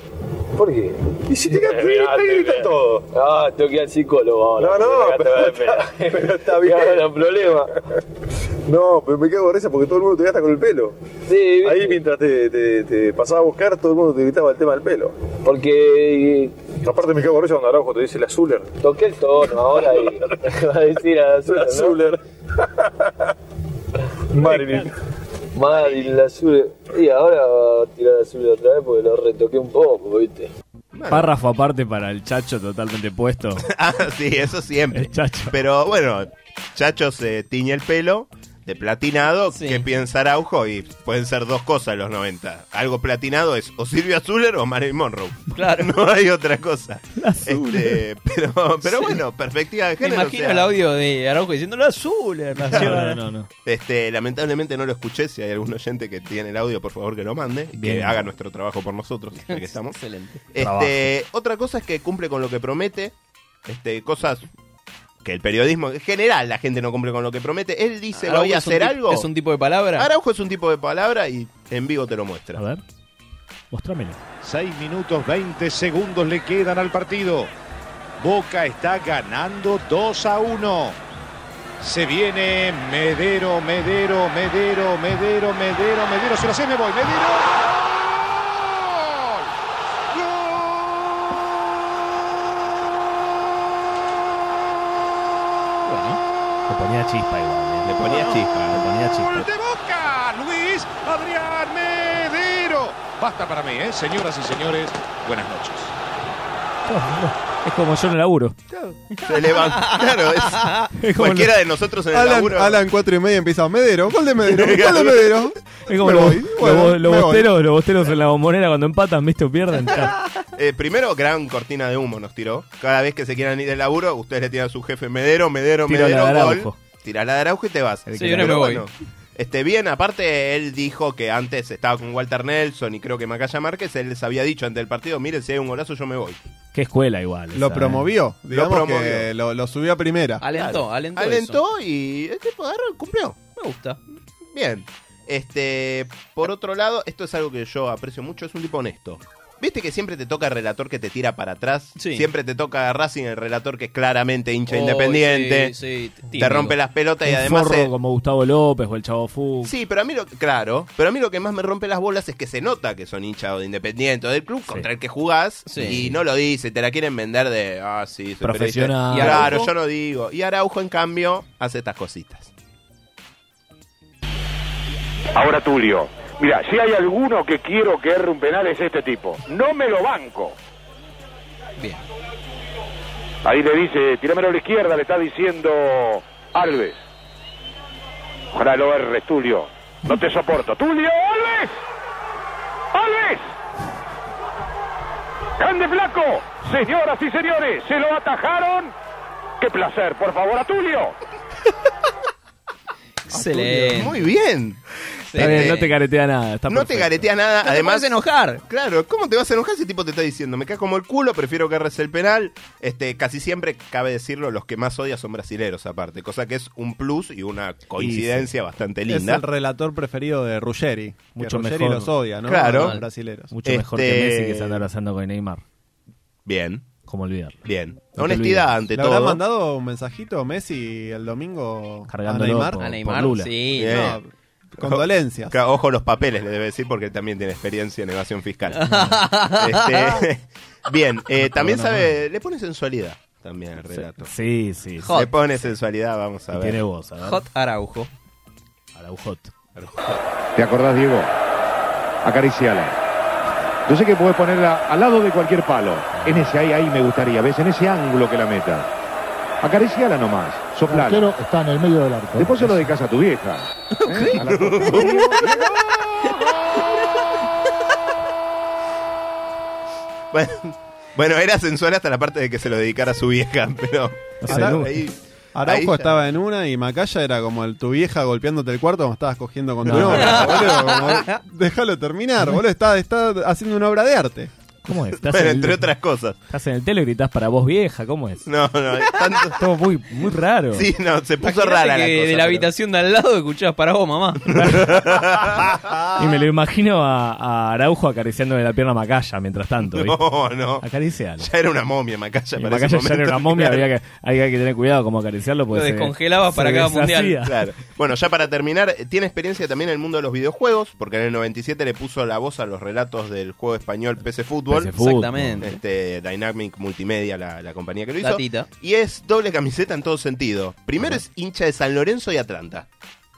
Speaker 15: ¿Por qué? Y si te gasta,
Speaker 23: Eh, Mirá,
Speaker 15: te gritan
Speaker 23: mirá.
Speaker 15: todo.
Speaker 23: Ah, tengo que ir al psicólogo.
Speaker 15: No, no, pero
Speaker 23: está,
Speaker 15: bien.
Speaker 23: problema.
Speaker 15: No, pero me cago de risa porque todo el mundo te gasta con el pelo.
Speaker 23: Sí,
Speaker 15: Ahí mientras te, te, te pasaba a buscar, todo el mundo te gritaba el tema del pelo.
Speaker 23: Porque eh,
Speaker 15: Aparte me cago de risa cuando Araujo te dice la Zuller.
Speaker 23: toqué el tono ahora y te va a decir a la Zuller.
Speaker 15: La Zuller.
Speaker 23: Marilyn. Marilyn, la Zuller. Y ahora va a tirar la Zuller otra vez porque lo retoqué un poco, ¿viste?
Speaker 3: Párrafo aparte para el chacho totalmente puesto.
Speaker 2: Ah, sí, eso siempre. Pero bueno, Chacho se tiñe el pelo de platinado. ¿Qué piensa Araujo? Y pueden ser dos cosas en los 90. Algo platinado es o Silvia Zuller o Marilyn Monroe. Claro. No hay otra cosa. Este, pero, pero bueno, perspectiva de
Speaker 1: Me
Speaker 2: género.
Speaker 1: imagino
Speaker 2: o sea,
Speaker 1: el audio de Araujo diciendo lo azul. la lleva".
Speaker 2: Este, lamentablemente no lo escuché. Si hay algún oyente que tiene el audio, por favor que lo mande. y Que
Speaker 19: Bien.
Speaker 2: haga nuestro trabajo por nosotros, ya que estamos.
Speaker 1: Excelente.
Speaker 2: Este, otra cosa es que cumple con lo que promete. Este, cosas que el periodismo en general la gente no cumple con lo que promete. Él dice,
Speaker 1: Araujo
Speaker 2: voy a
Speaker 1: es un
Speaker 2: hacer
Speaker 1: tip-
Speaker 2: algo.
Speaker 1: es un tipo de palabra.
Speaker 2: Araujo es un tipo de palabra y en vivo te lo muestra. A ver.
Speaker 3: Mostrámelo.
Speaker 24: 6 minutos 20 segundos le quedan al partido. Boca está ganando 2 a 1. Se viene Medero, Medero, Medero, Medero, Medero, Medero. Se lo hace, me voy, Medero.
Speaker 19: Le ponía chispa igual. Le ponía chispa. Le ponía
Speaker 24: Gol de Boca, Luis Adrián Medero. Basta para mí, ¿eh? señoras y señores. Buenas noches.
Speaker 3: Es como yo en el laburo.
Speaker 2: Se levanta. Claro, es-
Speaker 3: Es como
Speaker 2: cualquiera
Speaker 3: lo-
Speaker 2: de nosotros en el
Speaker 8: Alan,
Speaker 2: laburo.
Speaker 8: Alan 4 y media empieza Medero, gol de Medero, gol de Medero.
Speaker 3: Es como
Speaker 8: Me
Speaker 3: los,
Speaker 8: voy,
Speaker 3: los
Speaker 8: bueno,
Speaker 3: bo- los
Speaker 8: me voy.
Speaker 3: bosteros, los bosteros en la bombonera cuando empatan, viste, o pierden. ya.
Speaker 2: Eh, primero, gran cortina de humo nos tiró. Cada vez que se quieran ir del laburo, ustedes le tiran a su jefe Medero, Medero,
Speaker 3: Tiro
Speaker 2: Medero,
Speaker 3: la de
Speaker 2: gol.
Speaker 3: Araujo.
Speaker 2: Tira la de Araujo y te vas.
Speaker 1: Sí, yo no me voy.
Speaker 2: este, bien, aparte, él dijo que antes estaba con Walter Nelson y creo que Macaya Márquez. Él les había dicho ante el partido: Miren, si hay un golazo, yo me voy.
Speaker 3: Qué escuela igual. esa,
Speaker 8: Lo
Speaker 3: eh.
Speaker 8: promovió,
Speaker 2: Lo
Speaker 8: digamos
Speaker 2: promovió.
Speaker 8: que lo, lo subió a primera.
Speaker 2: Claro. Alentó y el tipo agarró y cumplió. Me gusta. Bien. Este, por otro lado, esto es algo que yo aprecio mucho, es un tipo honesto. ¿Viste que siempre te toca el relator que te tira para atrás? Siempre te toca a Racing el relator que es claramente hincha
Speaker 1: Oh,
Speaker 2: independiente.
Speaker 1: sí, sí,
Speaker 2: te
Speaker 1: tímido.
Speaker 2: rompe las pelotas y
Speaker 3: Un
Speaker 2: además
Speaker 3: forro
Speaker 2: es-
Speaker 3: como Gustavo López o el Chavo Fu.
Speaker 2: Sí, pero a mí lo claro, pero a mí lo que más me rompe las bolas es que se nota que son hinchas de Independiente o del club contra el que jugás y no lo dice, te la quieren vender de ah sí, soy
Speaker 3: Profesional.
Speaker 2: periodista.
Speaker 3: ¿Y Araujo?
Speaker 2: Claro, yo no digo. Y Araujo en cambio hace estas cositas.
Speaker 25: Ahora Tulio. Mira, si hay alguno que quiero que erre un penal es este tipo. No me lo banco.
Speaker 1: Bien.
Speaker 25: Ahí le dice, tirámelo a la izquierda, le está diciendo Alves. Ojalá lo erres, Tulio. No te soporto. ¡Tulio Alves! ¡Alves! ¡Grande flaco! Señoras y señores, se lo atajaron. ¡Qué placer! Por favor, a Tulio.
Speaker 1: Excelente.
Speaker 2: Muy bien.
Speaker 3: Está bien,
Speaker 2: Este-
Speaker 3: no te caretea nada. está
Speaker 2: No te
Speaker 3: perfecto.
Speaker 2: garetea nada.
Speaker 3: No te
Speaker 2: Además,
Speaker 3: puedes enojar.
Speaker 2: Claro, ¿cómo te vas a enojar si el tipo te está diciendo? Me cae como el culo, prefiero que erres el penal. Este, casi siempre, cabe decirlo, los que más odia son brasileros, aparte. Cosa que es un plus y una coincidencia
Speaker 8: Y sí.
Speaker 2: bastante
Speaker 8: Es
Speaker 2: linda.
Speaker 8: el relator preferido de Ruggeri.
Speaker 2: Mucho
Speaker 8: Mucho Ruggeri
Speaker 2: mejor.
Speaker 8: los odia, ¿no?
Speaker 2: Claro.
Speaker 8: A los brasileros.
Speaker 2: Mucho mejor que Este-
Speaker 3: Messi que se anda abrazando con Neymar.
Speaker 2: Bien.
Speaker 3: Como olvidarlo.
Speaker 2: Bien.
Speaker 3: te olvides.
Speaker 8: ¿Le habrá mandado un mensajito Messi el domingo
Speaker 2: Cargándolo
Speaker 8: a Neymar?
Speaker 2: por- A Neymar, por Lula. sí.
Speaker 8: No,
Speaker 2: Bien.
Speaker 8: condolencias.
Speaker 2: Claro, Ojo los papeles, le debe decir, porque él también tiene experiencia en evasión fiscal. Este, bien, eh, también
Speaker 3: Bueno,
Speaker 2: sabe, le pone sensualidad también al relato.
Speaker 3: Sí, sí.
Speaker 2: Le pone sensualidad, vamos a
Speaker 3: Y
Speaker 2: ver.
Speaker 3: tiene voz, a ver. Hot
Speaker 1: Araujo.
Speaker 3: Araujot.
Speaker 24: ¿Te acordás, Diego? Acariciala. Yo sé que puedes ponerla al lado de cualquier palo. En ese ahí, ahí me gustaría, ¿ves? En ese ángulo que la meta. Acariciala nomás,
Speaker 26: El
Speaker 24: soplala.
Speaker 26: arquero está en el medio del arco.
Speaker 24: Después se lo de casa a tu vieja. ¿eh? A la-
Speaker 2: Bueno, bueno, era sensual hasta la parte de que se lo dedicara a su vieja, pero.
Speaker 8: Arau-
Speaker 2: ahí- ahí
Speaker 8: Araujo
Speaker 2: ya-
Speaker 8: estaba en una y Macaya era como el, tu vieja golpeándote el cuarto como estabas cogiendo con tu
Speaker 3: No.
Speaker 8: novia, boludo, como, déjalo terminar, boludo. Está, está haciendo una obra de arte.
Speaker 3: ¿Cómo es?
Speaker 8: Bueno, entre
Speaker 2: otras cosas.
Speaker 3: Estás en el tele y gritás para vos vieja, ¿cómo es?
Speaker 2: No, no, tanto...
Speaker 3: Todo muy, muy raro.
Speaker 2: Sí, no, se puso
Speaker 1: Imagínate
Speaker 2: rara la
Speaker 1: que
Speaker 2: cosa.
Speaker 1: de la habitación de al lado escuchabas para vos, mamá.
Speaker 3: Y me lo imagino a, a Araujo acariciándole la pierna a Macaya mientras tanto. ¿viste?
Speaker 2: No, no.
Speaker 3: Acaricialo.
Speaker 2: Ya era una momia, Macaya.
Speaker 3: Y
Speaker 2: para
Speaker 3: Macaya
Speaker 2: ese
Speaker 3: ya era
Speaker 2: momento,
Speaker 3: una momia,
Speaker 2: claro.
Speaker 3: había que, había que tener cuidado como acariciarlo. Porque
Speaker 1: Lo
Speaker 3: se-
Speaker 1: descongelabas
Speaker 3: se
Speaker 1: para cada
Speaker 3: deshacía.
Speaker 1: mundial.
Speaker 2: Claro. Bueno, ya para terminar, eh, tiene experiencia también en el mundo de los videojuegos, porque en el 97 le puso la voz a los relatos del juego español PC Fútbol.
Speaker 1: PC Fútbol. Exactamente.
Speaker 2: Este, Dynamic Multimedia, la, la compañía que lo hizo.
Speaker 1: Datita.
Speaker 2: Y es doble camiseta en todo sentido. Primero es hincha de San Lorenzo y Atlanta.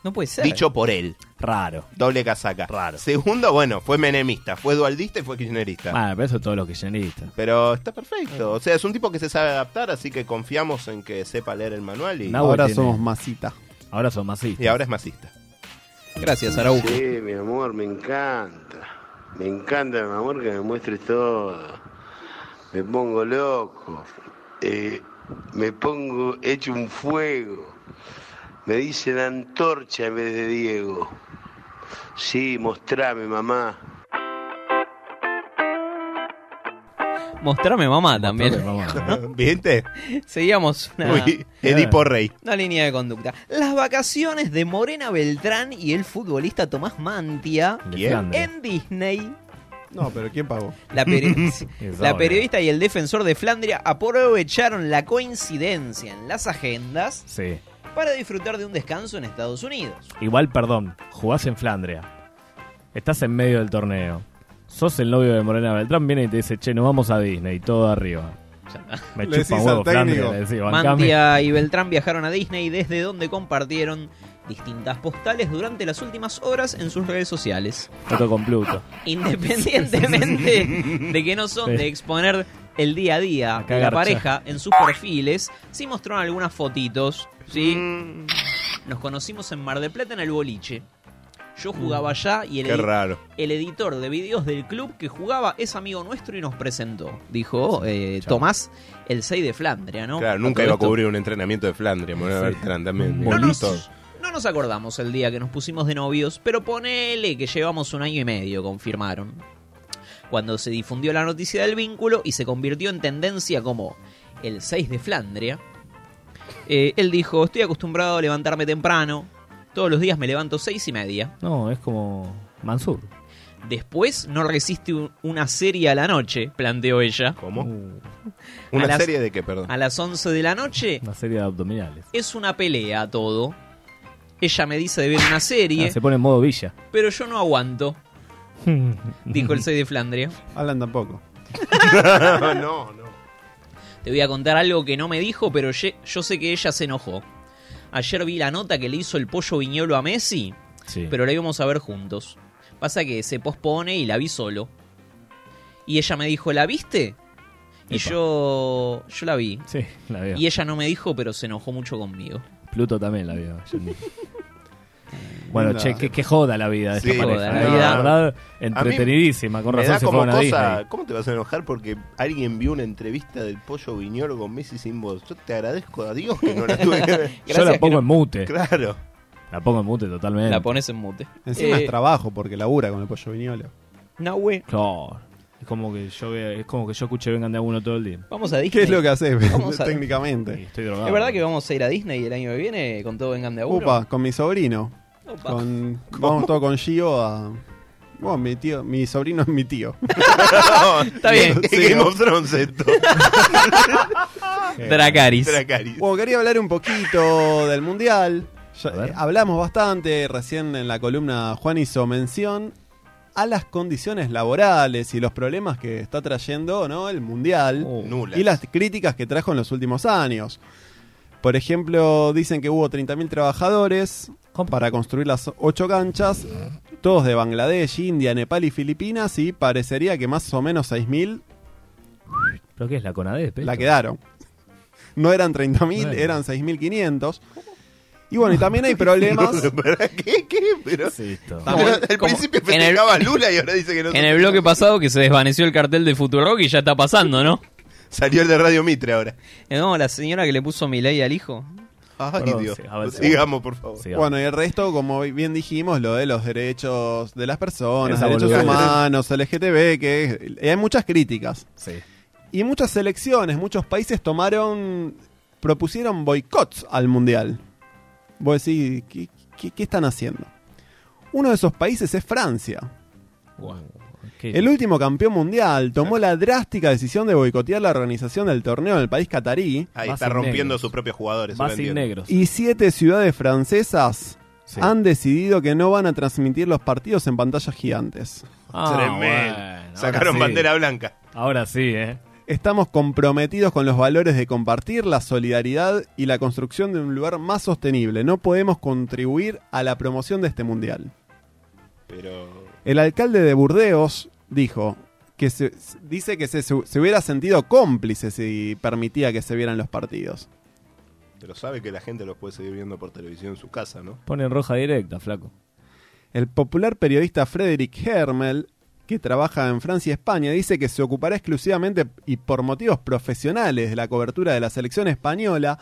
Speaker 1: No puede ser.
Speaker 2: Dicho por él.
Speaker 3: Raro.
Speaker 2: Doble casaca. Raro. Segundo, bueno, fue menemista, fue dualdista y fue kirchnerista.
Speaker 3: Bueno, Ah, pero eso es todo lo que kirchnerista.
Speaker 2: Pero está perfecto. O sea, es un tipo que se sabe adaptar, así que confiamos en que sepa leer el manual y,
Speaker 8: Ahora somos masita.
Speaker 3: Ahora son masistas.
Speaker 2: y ahora es masista.
Speaker 1: Gracias, Araujo.
Speaker 20: Sí, mi amor, me encanta. Me encanta, mi amor, que me muestres todo. Me pongo loco. Eh, me pongo hecho un fuego. Me dicen antorcha en vez de Diego. Sí, mostrame, mamá.
Speaker 1: Mostrame mamá también.
Speaker 2: ¿Viste?
Speaker 1: Seguíamos una...
Speaker 2: Uy, Edipo Rey.
Speaker 1: Una línea de conducta. Las vacaciones de Morena Beltrán y el futbolista Tomás Mantia
Speaker 8: ¿Quién?
Speaker 1: en Disney.
Speaker 8: No, pero ¿quién pagó?
Speaker 1: La, peri-
Speaker 8: Es
Speaker 1: la
Speaker 8: obvio.
Speaker 1: periodista y el defensor de Flandria aprovecharon la coincidencia en las agendas
Speaker 3: Sí.
Speaker 1: para disfrutar de un descanso en Estados Unidos.
Speaker 3: Igual, perdón, jugás en Flandria. Estás en medio del torneo. Sos el novio de Morena Beltrán, viene y te dice, che, nos vamos a Disney, todo arriba. Me
Speaker 1: Le
Speaker 3: chupa
Speaker 1: decís
Speaker 3: huevo
Speaker 1: al
Speaker 3: Flandria,
Speaker 1: técnico.
Speaker 3: le decís, bancame.
Speaker 1: Mantia y Beltrán viajaron a Disney desde donde compartieron distintas postales durante las últimas horas en sus redes sociales.
Speaker 3: Foto con Pluto.
Speaker 1: Independientemente de que no son de exponer el día a día de la
Speaker 3: garcha.
Speaker 1: pareja en sus perfiles, sí mostraron algunas fotitos, ¿sí? Nos conocimos en Mar del Plata en el boliche. Yo jugaba allá y el,
Speaker 2: Qué
Speaker 1: edi-
Speaker 2: raro.
Speaker 1: el editor de videos del club que jugaba es amigo nuestro y nos presentó, dijo eh, Tomás, el 6 de Flandria, ¿no?
Speaker 2: Claro, nunca
Speaker 1: todo
Speaker 2: iba a
Speaker 1: esto-
Speaker 2: cubrir un entrenamiento de Flandria, Morena
Speaker 1: Sí.
Speaker 2: Bertrand también.
Speaker 1: No, no,
Speaker 2: Bonito.
Speaker 1: No nos acordamos el día que nos pusimos de novios, pero ponele que llevamos un año y medio, confirmaron. Cuando se difundió la noticia del vínculo y se convirtió en tendencia como el 6 de Flandria, eh, él dijo, estoy acostumbrado a levantarme temprano, todos los días me levanto seis y media.
Speaker 3: No, es como Mansur.
Speaker 1: Después no resiste un- una serie a la noche, planteó ella.
Speaker 2: ¿Cómo?
Speaker 1: A
Speaker 2: ¿Una
Speaker 1: las-
Speaker 2: serie de qué, perdón?
Speaker 1: A las 11 de la noche
Speaker 3: Una serie de abdominales.
Speaker 1: es una pelea todo. Ella me dice de ver una serie.
Speaker 3: Ah, se pone en modo villa.
Speaker 1: Pero yo no aguanto, dijo el 6 de Flandria.
Speaker 8: Alan tampoco.
Speaker 2: no, no.
Speaker 1: Te voy a contar algo que no me dijo, pero ye- yo sé que ella se enojó. Ayer vi la nota que le hizo el pollo viñolo a Messi,
Speaker 3: Sí.
Speaker 1: pero la íbamos a ver juntos. Pasa que se pospone y la vi solo. Y ella me dijo, ¿la viste? Y
Speaker 3: Epa.
Speaker 1: yo, yo la vi.
Speaker 3: Sí, la veo.
Speaker 1: Y ella no me dijo, pero se enojó mucho conmigo.
Speaker 3: Pluto también la vio. bueno,
Speaker 1: Linda.
Speaker 3: che, qué, qué joda la vida de
Speaker 1: Sí,
Speaker 3: esta
Speaker 1: joda,
Speaker 3: pareja.
Speaker 1: la
Speaker 3: La
Speaker 1: vida.
Speaker 3: verdad,
Speaker 2: A mí
Speaker 3: entretenidísima. Con
Speaker 2: me da
Speaker 3: razón se
Speaker 2: como
Speaker 3: fueron a
Speaker 2: cosa,
Speaker 3: Disney.
Speaker 2: ¿Cómo te vas a enojar porque alguien vio una entrevista del pollo viñolo con Messi sin voz? Yo te agradezco a Dios que no la tuve que ver.
Speaker 3: Yo la pongo en mute.
Speaker 2: Claro.
Speaker 3: La pongo en mute totalmente.
Speaker 1: La pones en mute.
Speaker 8: Encima
Speaker 1: Eh,
Speaker 8: es trabajo porque labura con el pollo viñolo.
Speaker 1: Nahue,
Speaker 3: Claro. Es como que yo vea- es como que yo escuche vengan de a uno todo el día.
Speaker 1: vamos a Disney.
Speaker 8: ¿Qué es lo que haces
Speaker 1: Vamos a-
Speaker 8: técnicamente?
Speaker 3: Estoy drogado.
Speaker 1: ¿Es verdad que vamos a ir a Disney el año que viene con todo Vengan de a uno?
Speaker 8: Upa, con mi sobrino.
Speaker 1: Opa.
Speaker 8: Con, vamos todo con Gio a. Bueno, mi tío, mi sobrino es mi tío.
Speaker 1: Está bien.
Speaker 8: Sí,
Speaker 2: Game of Thrones esto.
Speaker 1: Dracaris.
Speaker 8: Bueno, quería hablar un poquito del Mundial. Ya, eh, hablamos bastante, recién en la columna Juan hizo mención a las condiciones laborales y los problemas que está trayendo ¿no? el Mundial
Speaker 2: Nulas.
Speaker 8: y las críticas que trajo en los últimos años. Por ejemplo, dicen que hubo 30.000 trabajadores para construir las ocho canchas, todos de Bangladesh, India, Nepal y Filipinas, y parecería que más o menos 6.000
Speaker 3: ¿Pero qué es la CONADEP?
Speaker 8: la quedaron. No eran 30.000,
Speaker 3: Bueno.
Speaker 8: eran 6.500. Y bueno, y también hay problemas.
Speaker 2: ¿Qué? ¿Qué? Pero...
Speaker 1: Estamos-
Speaker 2: Al
Speaker 1: como-
Speaker 2: principio
Speaker 1: en el-
Speaker 2: festejaba Lula y ahora dice que no.
Speaker 1: En el bloque pasado que se desvaneció el cartel de Futurock y ya está pasando, ¿no?
Speaker 2: Salió el de Radio Mitre ahora.
Speaker 1: Eh, No, la señora que le puso mi ley al hijo.
Speaker 2: Ay, Dios.
Speaker 1: sí, a ver,
Speaker 2: Sigamos, por favor.
Speaker 8: Bueno, y el resto, como bien dijimos, lo de los derechos de las personas,
Speaker 2: Esa
Speaker 8: derechos
Speaker 2: boludez.
Speaker 8: humanos, LGTB, que y hay muchas críticas. Y muchas selecciones, muchos países tomaron, propusieron boicots al Mundial. Vos decís, ¿qué, qué- qué están haciendo? Uno de esos países es Francia. El último campeón mundial tomó la drástica decisión de boicotear la organización del torneo en el país catarí.
Speaker 2: Ahí está rompiendo a sus propios jugadores.
Speaker 3: Va
Speaker 2: ahora
Speaker 3: sin
Speaker 2: entiendo.
Speaker 3: negros.
Speaker 8: Y siete ciudades francesas han decidido que no van a transmitir los partidos en pantallas gigantes.
Speaker 3: Ah,
Speaker 2: Tremendo.
Speaker 3: bueno,
Speaker 2: Sacaron
Speaker 3: ahora sí.
Speaker 2: bandera blanca.
Speaker 3: Ahora sí, ¿eh?
Speaker 8: Estamos comprometidos con los valores de compartir, la solidaridad y la construcción de un lugar más sostenible. No podemos contribuir a la promoción de este mundial.
Speaker 2: Pero.
Speaker 8: El alcalde de Burdeos dijo que se, dice que se, se hubiera sentido cómplice si permitía que se vieran los partidos.
Speaker 2: Pero sabe que la gente los puede seguir viendo por televisión en su casa, ¿no?
Speaker 3: Ponen roja directa, flaco.
Speaker 8: El popular periodista Frederick Hermel, que trabaja en Francia y España, dice que se ocupará exclusivamente y por motivos profesionales de la cobertura de la selección española,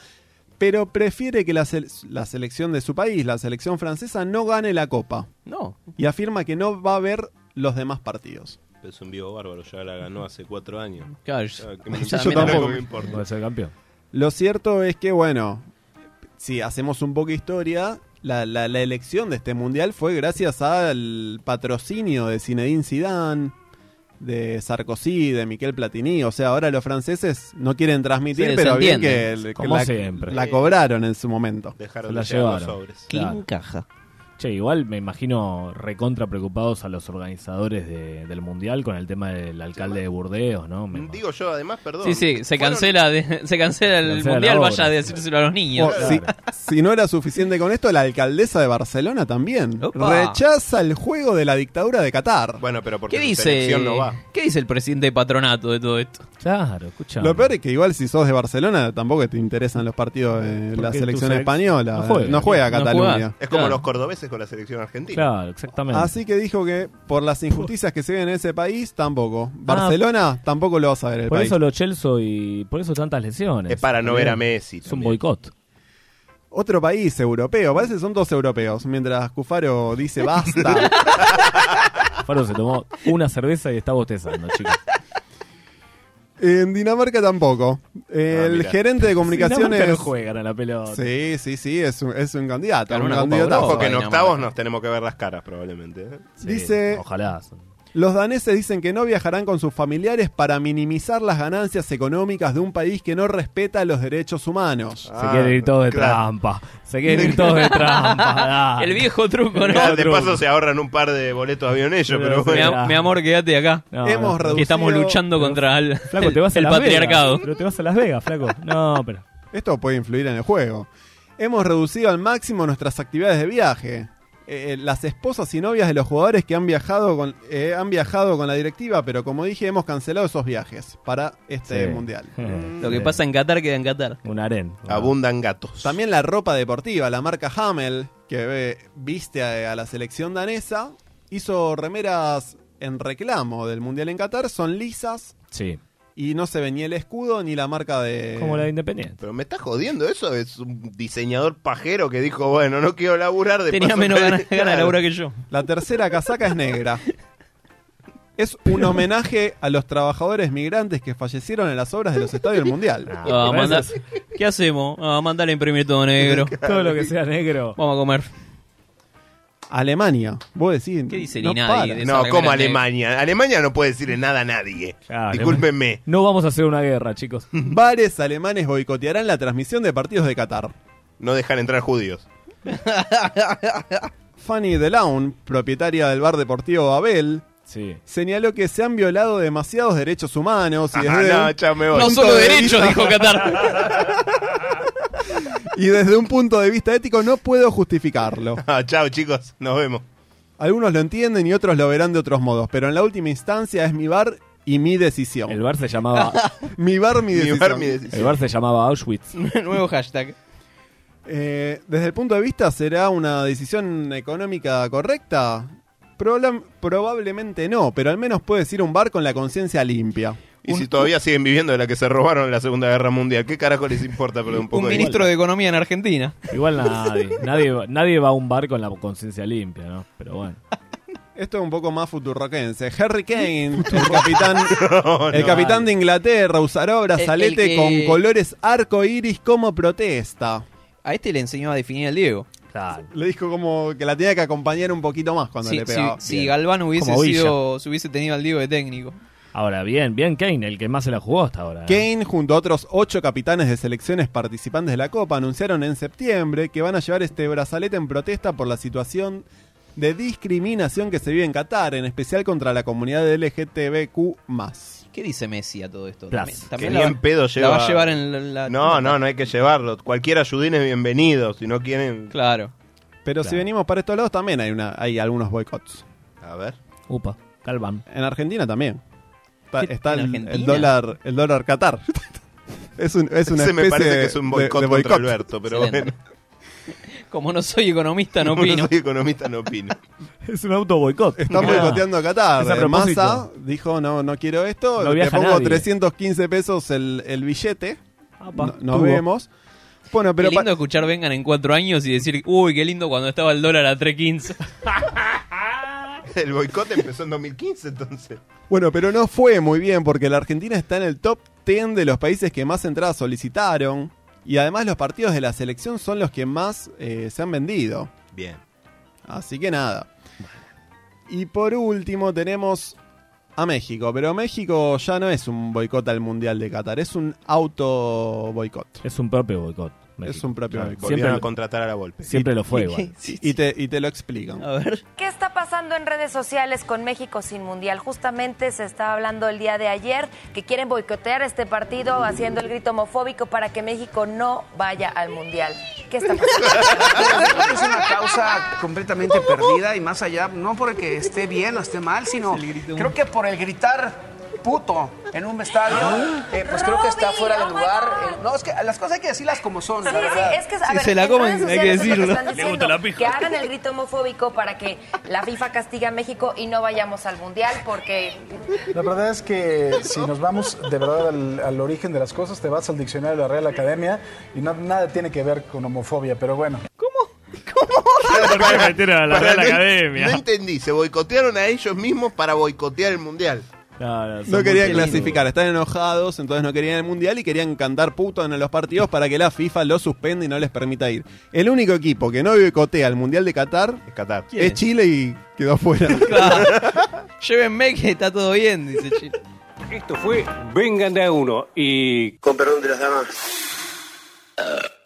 Speaker 8: pero prefiere que la, sel- la selección de su país, la selección francesa, no gane la copa.
Speaker 1: No.
Speaker 8: Y afirma que no va a ver los demás partidos.
Speaker 2: Pero es un vivo bárbaro, ya la ganó hace cuatro años.
Speaker 1: Claro,
Speaker 2: Ah, que
Speaker 8: yo
Speaker 2: también
Speaker 8: tampoco.
Speaker 2: me importa.
Speaker 3: Va a ser campeón.
Speaker 8: Lo cierto es que, bueno, si hacemos un poco de historia, la, la- la elección de este mundial fue gracias al patrocinio de Zinedine Zidane, de Sarkozy, de Miquel Platini. O sea, ahora los franceses no quieren transmitir,
Speaker 1: Sí, se
Speaker 8: pero bien que,
Speaker 1: entiende.
Speaker 8: que
Speaker 3: Como
Speaker 8: la,
Speaker 3: siempre.
Speaker 8: la cobraron en su momento.
Speaker 2: Dejaron
Speaker 3: Se la
Speaker 2: de llevar los
Speaker 3: llevaron.
Speaker 2: sobres.
Speaker 1: ¿Qué
Speaker 3: Claro.
Speaker 1: encaja?
Speaker 3: Che, igual me imagino recontra preocupados a los organizadores de- del Mundial con el tema del alcalde de Burdeos, ¿no? Me-
Speaker 2: Digo yo, además, perdón.
Speaker 1: Sí, sí, se
Speaker 2: Fueron-
Speaker 1: cancela, de- se cancela el
Speaker 3: Cancela la
Speaker 1: mundial,
Speaker 3: obra.
Speaker 1: vaya a decírselo a los niños.
Speaker 8: O, si, si no era suficiente con esto, la alcaldesa de Barcelona también
Speaker 1: Opa.
Speaker 8: rechaza el juego de la dictadura de Qatar.
Speaker 2: Bueno, pero porque
Speaker 1: ¿Qué
Speaker 2: su
Speaker 1: dice,
Speaker 2: selección no va.
Speaker 1: ¿Qué dice el presidente de patronato de todo esto?
Speaker 3: Claro, escucha.
Speaker 8: Lo peor es que igual si sos de Barcelona tampoco te interesan los partidos de la
Speaker 3: Porque
Speaker 8: selección
Speaker 3: tu selec-
Speaker 8: española.
Speaker 3: no
Speaker 8: No
Speaker 3: juega.
Speaker 8: juega,
Speaker 3: No
Speaker 8: Cataluña.
Speaker 3: juega.
Speaker 2: Es como
Speaker 3: Claro.
Speaker 2: los cordobeses con la selección argentina. Ah,
Speaker 3: Claro, exactamente.
Speaker 8: Así que dijo que por las injusticias que se ven en ese país, tampoco. Barcelona tampoco lo vas a ver el
Speaker 3: Ah. por
Speaker 8: país.
Speaker 3: eso los Chelsea y por eso tantas lesiones.
Speaker 2: Es para no ver a Messi
Speaker 3: Es un boicot.
Speaker 8: Otro país europeo, parece que son dos europeos. Mientras Cufaro dice basta.
Speaker 3: Faro se tomó una cerveza y está bostezando, chicos.
Speaker 8: en Dinamarca tampoco.
Speaker 2: Ah,
Speaker 8: El
Speaker 3: mirá.
Speaker 8: gerente de
Speaker 3: Dinamarca
Speaker 8: comunicaciones.
Speaker 3: no juegan a la pelota.
Speaker 8: Sí, sí, sí, es un, es un candidato.
Speaker 2: Claro,
Speaker 8: un
Speaker 2: una Copa
Speaker 8: candidatazo.
Speaker 2: Europa, que en octavos nos tenemos que ver las caras, probablemente. ¿eh?
Speaker 8: Dice-
Speaker 3: Ojalá.
Speaker 8: Los daneses dicen que no viajarán con sus familiares para minimizar las ganancias económicas de un país que no respeta los derechos humanos.
Speaker 2: Ah,
Speaker 8: Ah,
Speaker 3: Se quieren ir todos de trampa. Se quieren ir todos de trampa. dale.
Speaker 1: El viejo truco, ¿no?
Speaker 2: Mirá, de paso se ahorran un par de boletos de avión ellos, pero
Speaker 1: Mi,
Speaker 2: bueno.
Speaker 1: am- mi amor, quédate acá.
Speaker 3: No,
Speaker 8: Hemos
Speaker 3: no.
Speaker 1: Que
Speaker 8: reducido-
Speaker 1: estamos luchando contra el,
Speaker 3: Flaco, te vas a
Speaker 1: el
Speaker 3: Las Vegas.
Speaker 1: patriarcado.
Speaker 3: Pero te vas a Las Vegas, flaco. No, pero.
Speaker 8: Esto puede influir en el juego. Hemos reducido al máximo nuestras actividades de viaje. Eh, las esposas y novias de los jugadores que han viajado con eh, han viajado con la directiva, pero como dije, hemos cancelado esos viajes para este
Speaker 3: Sí.
Speaker 8: mundial.
Speaker 3: Eh,
Speaker 1: Lo que pasa en Qatar queda en Qatar. Ah.
Speaker 3: Un harén.
Speaker 2: Abundan gatos.
Speaker 8: Ah. También la ropa deportiva, la marca Hamel, que eh, viste a, a la selección danesa, hizo remeras en reclamo del Mundial en Qatar, son lisas
Speaker 3: Sí.
Speaker 8: Y no se ve ni el escudo ni la marca de.
Speaker 3: Independiente.
Speaker 2: Pero me estás jodiendo eso. Es un diseñador pajero que dijo, bueno, no quiero laburar de paso me- Claro.
Speaker 8: La tercera casaca es negra. Es un homenaje a los trabajadores migrantes que fallecieron en las obras de los estadios del Mundial.
Speaker 1: Ah, manda- ¿Qué hacemos? Ah, mandale a imprimir todo negro.
Speaker 8: Todo lo que
Speaker 3: sea negro.
Speaker 1: Vamos a comer.
Speaker 8: Alemania. Vos decís.
Speaker 1: ¿Qué dice
Speaker 8: no
Speaker 1: Ninadi
Speaker 8: para.
Speaker 1: de esa
Speaker 2: No,
Speaker 1: remera
Speaker 2: como
Speaker 1: negra?
Speaker 2: Alemania. Alemania no puede decirle nada a nadie. Discúlpenme.
Speaker 3: No vamos a hacer una guerra, chicos.
Speaker 8: Bares alemanes boicotearán la transmisión de partidos de Qatar.
Speaker 2: No dejan entrar judíos.
Speaker 8: Fanny DeLaun, propietaria del bar deportivo Babel, señaló que se han violado demasiados derechos humanos y
Speaker 2: Ajá,
Speaker 8: desde
Speaker 2: Ah, no,
Speaker 8: un
Speaker 2: ya me voy.
Speaker 8: punto
Speaker 2: No solo
Speaker 8: de
Speaker 2: derechos,
Speaker 8: vista-
Speaker 2: dijo
Speaker 8: y desde un punto de vista ético no puedo justificarlo.
Speaker 2: Ah, chao, chicos. Nos vemos.
Speaker 8: Algunos lo entienden y otros lo verán de otros modos, pero en la última instancia es mi bar y mi decisión. El
Speaker 3: bar se llamaba...
Speaker 8: mi bar, mi decisión.
Speaker 3: El bar se llamaba Auschwitz.
Speaker 1: Nuevo hashtag.
Speaker 8: Eh, desde el punto de vista, ¿será una decisión económica correcta? Probla- probablemente no, pero al menos puedes ir a un bar con la conciencia limpia.
Speaker 2: Y si todavía siguen viviendo de la que se robaron en la Segunda Guerra Mundial, ¿qué carajo les importa? Pero un poco de-
Speaker 1: de Economía en Argentina.
Speaker 3: Igual nadie, nadie, va- nadie va a un bar con la conciencia limpia, ¿no? Pero bueno.
Speaker 8: Esto es un poco más futurroquense. Harry Kane, el capitán, el
Speaker 3: no.
Speaker 8: capitán de Inglaterra, usará
Speaker 1: El- el
Speaker 8: brazalete
Speaker 1: que-
Speaker 8: con colores arco iris como protesta.
Speaker 1: A este le enseñó a definir al Diego.
Speaker 8: Le dijo como que la tenía que acompañar un poquito más cuando
Speaker 1: Si,
Speaker 8: le
Speaker 1: si-
Speaker 8: pegaba.
Speaker 1: si
Speaker 8: Bien.
Speaker 1: Galván hubiese
Speaker 3: Como Villa.
Speaker 1: sido, si hubiese tenido al Diego de técnico.
Speaker 3: Ahora, bien, bien Kane, el que más se la jugó hasta ahora. ¿eh?
Speaker 8: Kane junto a otros ocho capitanes de selecciones participantes de la Copa anunciaron en septiembre que van a llevar este brazalete en protesta por la situación de discriminación que se vive en Qatar, en especial contra la comunidad LGTBQ+.
Speaker 1: ¿Qué dice Messi a todo esto?
Speaker 8: Plus.
Speaker 1: También, también
Speaker 2: Que
Speaker 1: la,
Speaker 2: ni en pedo lleva-
Speaker 1: la va a llevar en la. la-
Speaker 2: No, no, no hay que llevarlo. Cualquier ayudín es bienvenido. Si no quieren.
Speaker 1: Claro.
Speaker 8: Pero si venimos para estos lados también hay, una, hay algunos boicots.
Speaker 2: A ver.
Speaker 3: Upa, Galván.
Speaker 8: En Argentina también. Está,
Speaker 3: ¿Qué-
Speaker 8: está
Speaker 3: en
Speaker 8: el, el
Speaker 3: Argentina?
Speaker 8: dólar el dólar Qatar. es, un, es una
Speaker 2: Ese me
Speaker 8: especie
Speaker 2: parece que es un
Speaker 8: de-
Speaker 2: boicot
Speaker 8: de
Speaker 2: contra Alberto, pero
Speaker 1: Excelente. Como no soy economista, no
Speaker 2: Como no
Speaker 1: opino.
Speaker 2: soy economista, no opino.
Speaker 3: Es un auto boicot.
Speaker 8: Están boicoteando a Qatar.
Speaker 3: Es a
Speaker 8: Eh,
Speaker 3: propósito.
Speaker 8: Massa dijo, no, no quiero esto.
Speaker 3: No
Speaker 8: le
Speaker 3: viaja
Speaker 8: pongo
Speaker 3: nadie.
Speaker 8: 315 pesos el, el billete. No- nos
Speaker 1: tuvo.
Speaker 8: vemos. Bueno, pero
Speaker 1: qué lindo escuchar vengan en cuatro años y decir, uy, qué lindo cuando estaba el dólar a 3.15.
Speaker 2: El boicot empezó en 2015, entonces.
Speaker 8: Bueno, pero no fue muy bien porque la Argentina está en el top 10 de los países que más entradas solicitaron. Y además los partidos de la selección son los que más eh, se han vendido.
Speaker 2: Bien.
Speaker 8: Así que nada. Y por último tenemos a México. Pero México ya no es un boicot al Mundial de Qatar, es un auto boicot.
Speaker 3: Es un propio boicot.
Speaker 8: Es un propio boicot.
Speaker 2: Volvieron a contratar a la Volpe.
Speaker 3: Siempre lo fue,
Speaker 8: Y-
Speaker 3: igual.
Speaker 8: Y te, y te lo explican.
Speaker 1: A ver.
Speaker 26: ¿Qué está pasando en redes sociales con México sin Mundial? Justamente se estaba hablando el día de ayer que quieren boicotear este partido haciendo el grito homofóbico para que México no vaya al Mundial. ¿Qué está pasando?
Speaker 6: es una causa completamente perdida y más allá, no porque esté bien o esté mal, sino creo que por el gritar puto en un estadio, eh, pues creo que está fuera de lugar. Eh, no, es que las cosas hay que decirlas como son.
Speaker 26: Sí,
Speaker 6: la
Speaker 26: sí,
Speaker 6: verdad.
Speaker 26: es que, a ver, en redes sociales es lo que están diciendo, Que hagan el grito homofóbico para que la FIFA castigue a México y no vayamos al Mundial porque...
Speaker 10: La verdad es que si nos vamos de verdad al, al origen de las cosas, te vas al diccionario de la Real Academia y no, nada tiene que ver con homofobia, pero bueno.
Speaker 2: Para-
Speaker 3: metieron a la
Speaker 2: para-
Speaker 3: Real
Speaker 2: no-
Speaker 3: Academia?
Speaker 2: No entendí, se boicotearon a ellos mismos para boicotear el mundial.
Speaker 8: No querían clasificar, están enojados, entonces no querían el mundial y querían cantar puto en los partidos para que la FIFA lo suspenda y no les permita ir. El único equipo que no boicotea el mundial de Qatar es,
Speaker 2: Qatar.
Speaker 1: ¿Quién?
Speaker 8: Chile y quedó fuera.
Speaker 1: Llévenme que está todo bien, dice Chile.
Speaker 27: Esto fue Vengan de a uno y...
Speaker 10: Con perdón de las damas,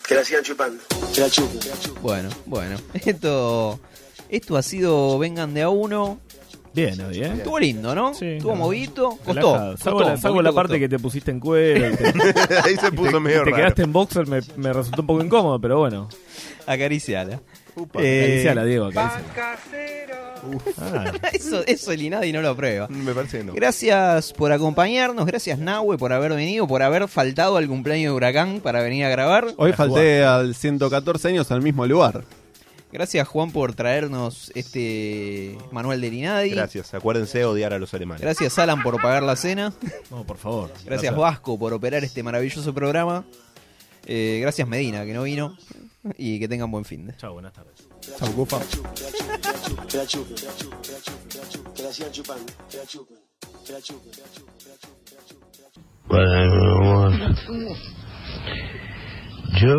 Speaker 10: que la sigan chupando. Que la chupen.
Speaker 1: Bueno, bueno. Esto, esto ha sido Vengan de a uno.
Speaker 3: Bien, hoy, ¿eh?
Speaker 1: Estuvo lindo, ¿no? Estuvo movidito. Costó.
Speaker 3: Relajado. Salvo,
Speaker 1: costó,
Speaker 3: la,
Speaker 1: un
Speaker 3: salvo
Speaker 1: poquito
Speaker 3: la parte
Speaker 1: costó.
Speaker 3: que te pusiste en cuero. y te-
Speaker 2: Ahí se
Speaker 3: y te-
Speaker 2: puso medio
Speaker 3: y Te
Speaker 2: raro.
Speaker 3: quedaste en boxer, me, me resultó un poco incómodo, pero bueno.
Speaker 1: Acariciala. Eh, Upa.
Speaker 3: acariciala, Diego, acariciala. Ah.
Speaker 1: eso, eso el Inadi no lo aprueba.
Speaker 2: Me parece que no.
Speaker 1: Gracias por acompañarnos, gracias Nahue por haber venido, por haber faltado al cumpleaños de Huracán para venir a grabar.
Speaker 8: Hoy falté al 114 años al mismo lugar.
Speaker 1: Gracias, Juan, por traernos este manual de Linadi.
Speaker 2: Gracias, acuérdense de odiar a los alemanes.
Speaker 1: Gracias, Alan, por pagar la cena.
Speaker 28: No, por favor.
Speaker 1: Gracias, Vasco, por operar este maravilloso programa. Eh, gracias, Medina, que no vino. Y que tengan buen fin.
Speaker 28: Chao, buenas tardes.
Speaker 8: Chau, Gufa.
Speaker 16: Te la chupan, te la chupan, te la sigan chupando, te la chupan, te la chupan, te la chupan, te la chupan, te la chupan, te la chupan.
Speaker 20: Bueno, mi amor, yo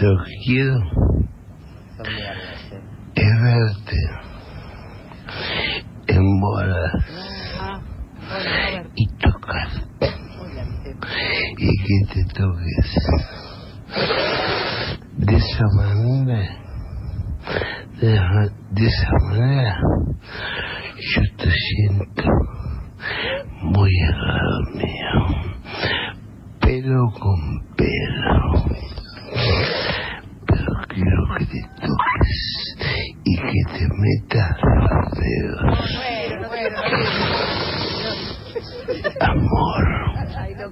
Speaker 20: lo que quiero es verte en bolas
Speaker 6: Ah,
Speaker 20: y tocar y que te toques. De esa manera, de, de esa manera, yo te siento muy al lado mío, pelo con pelo. Pero quiero que te toques y que te metas los dedos. Amor.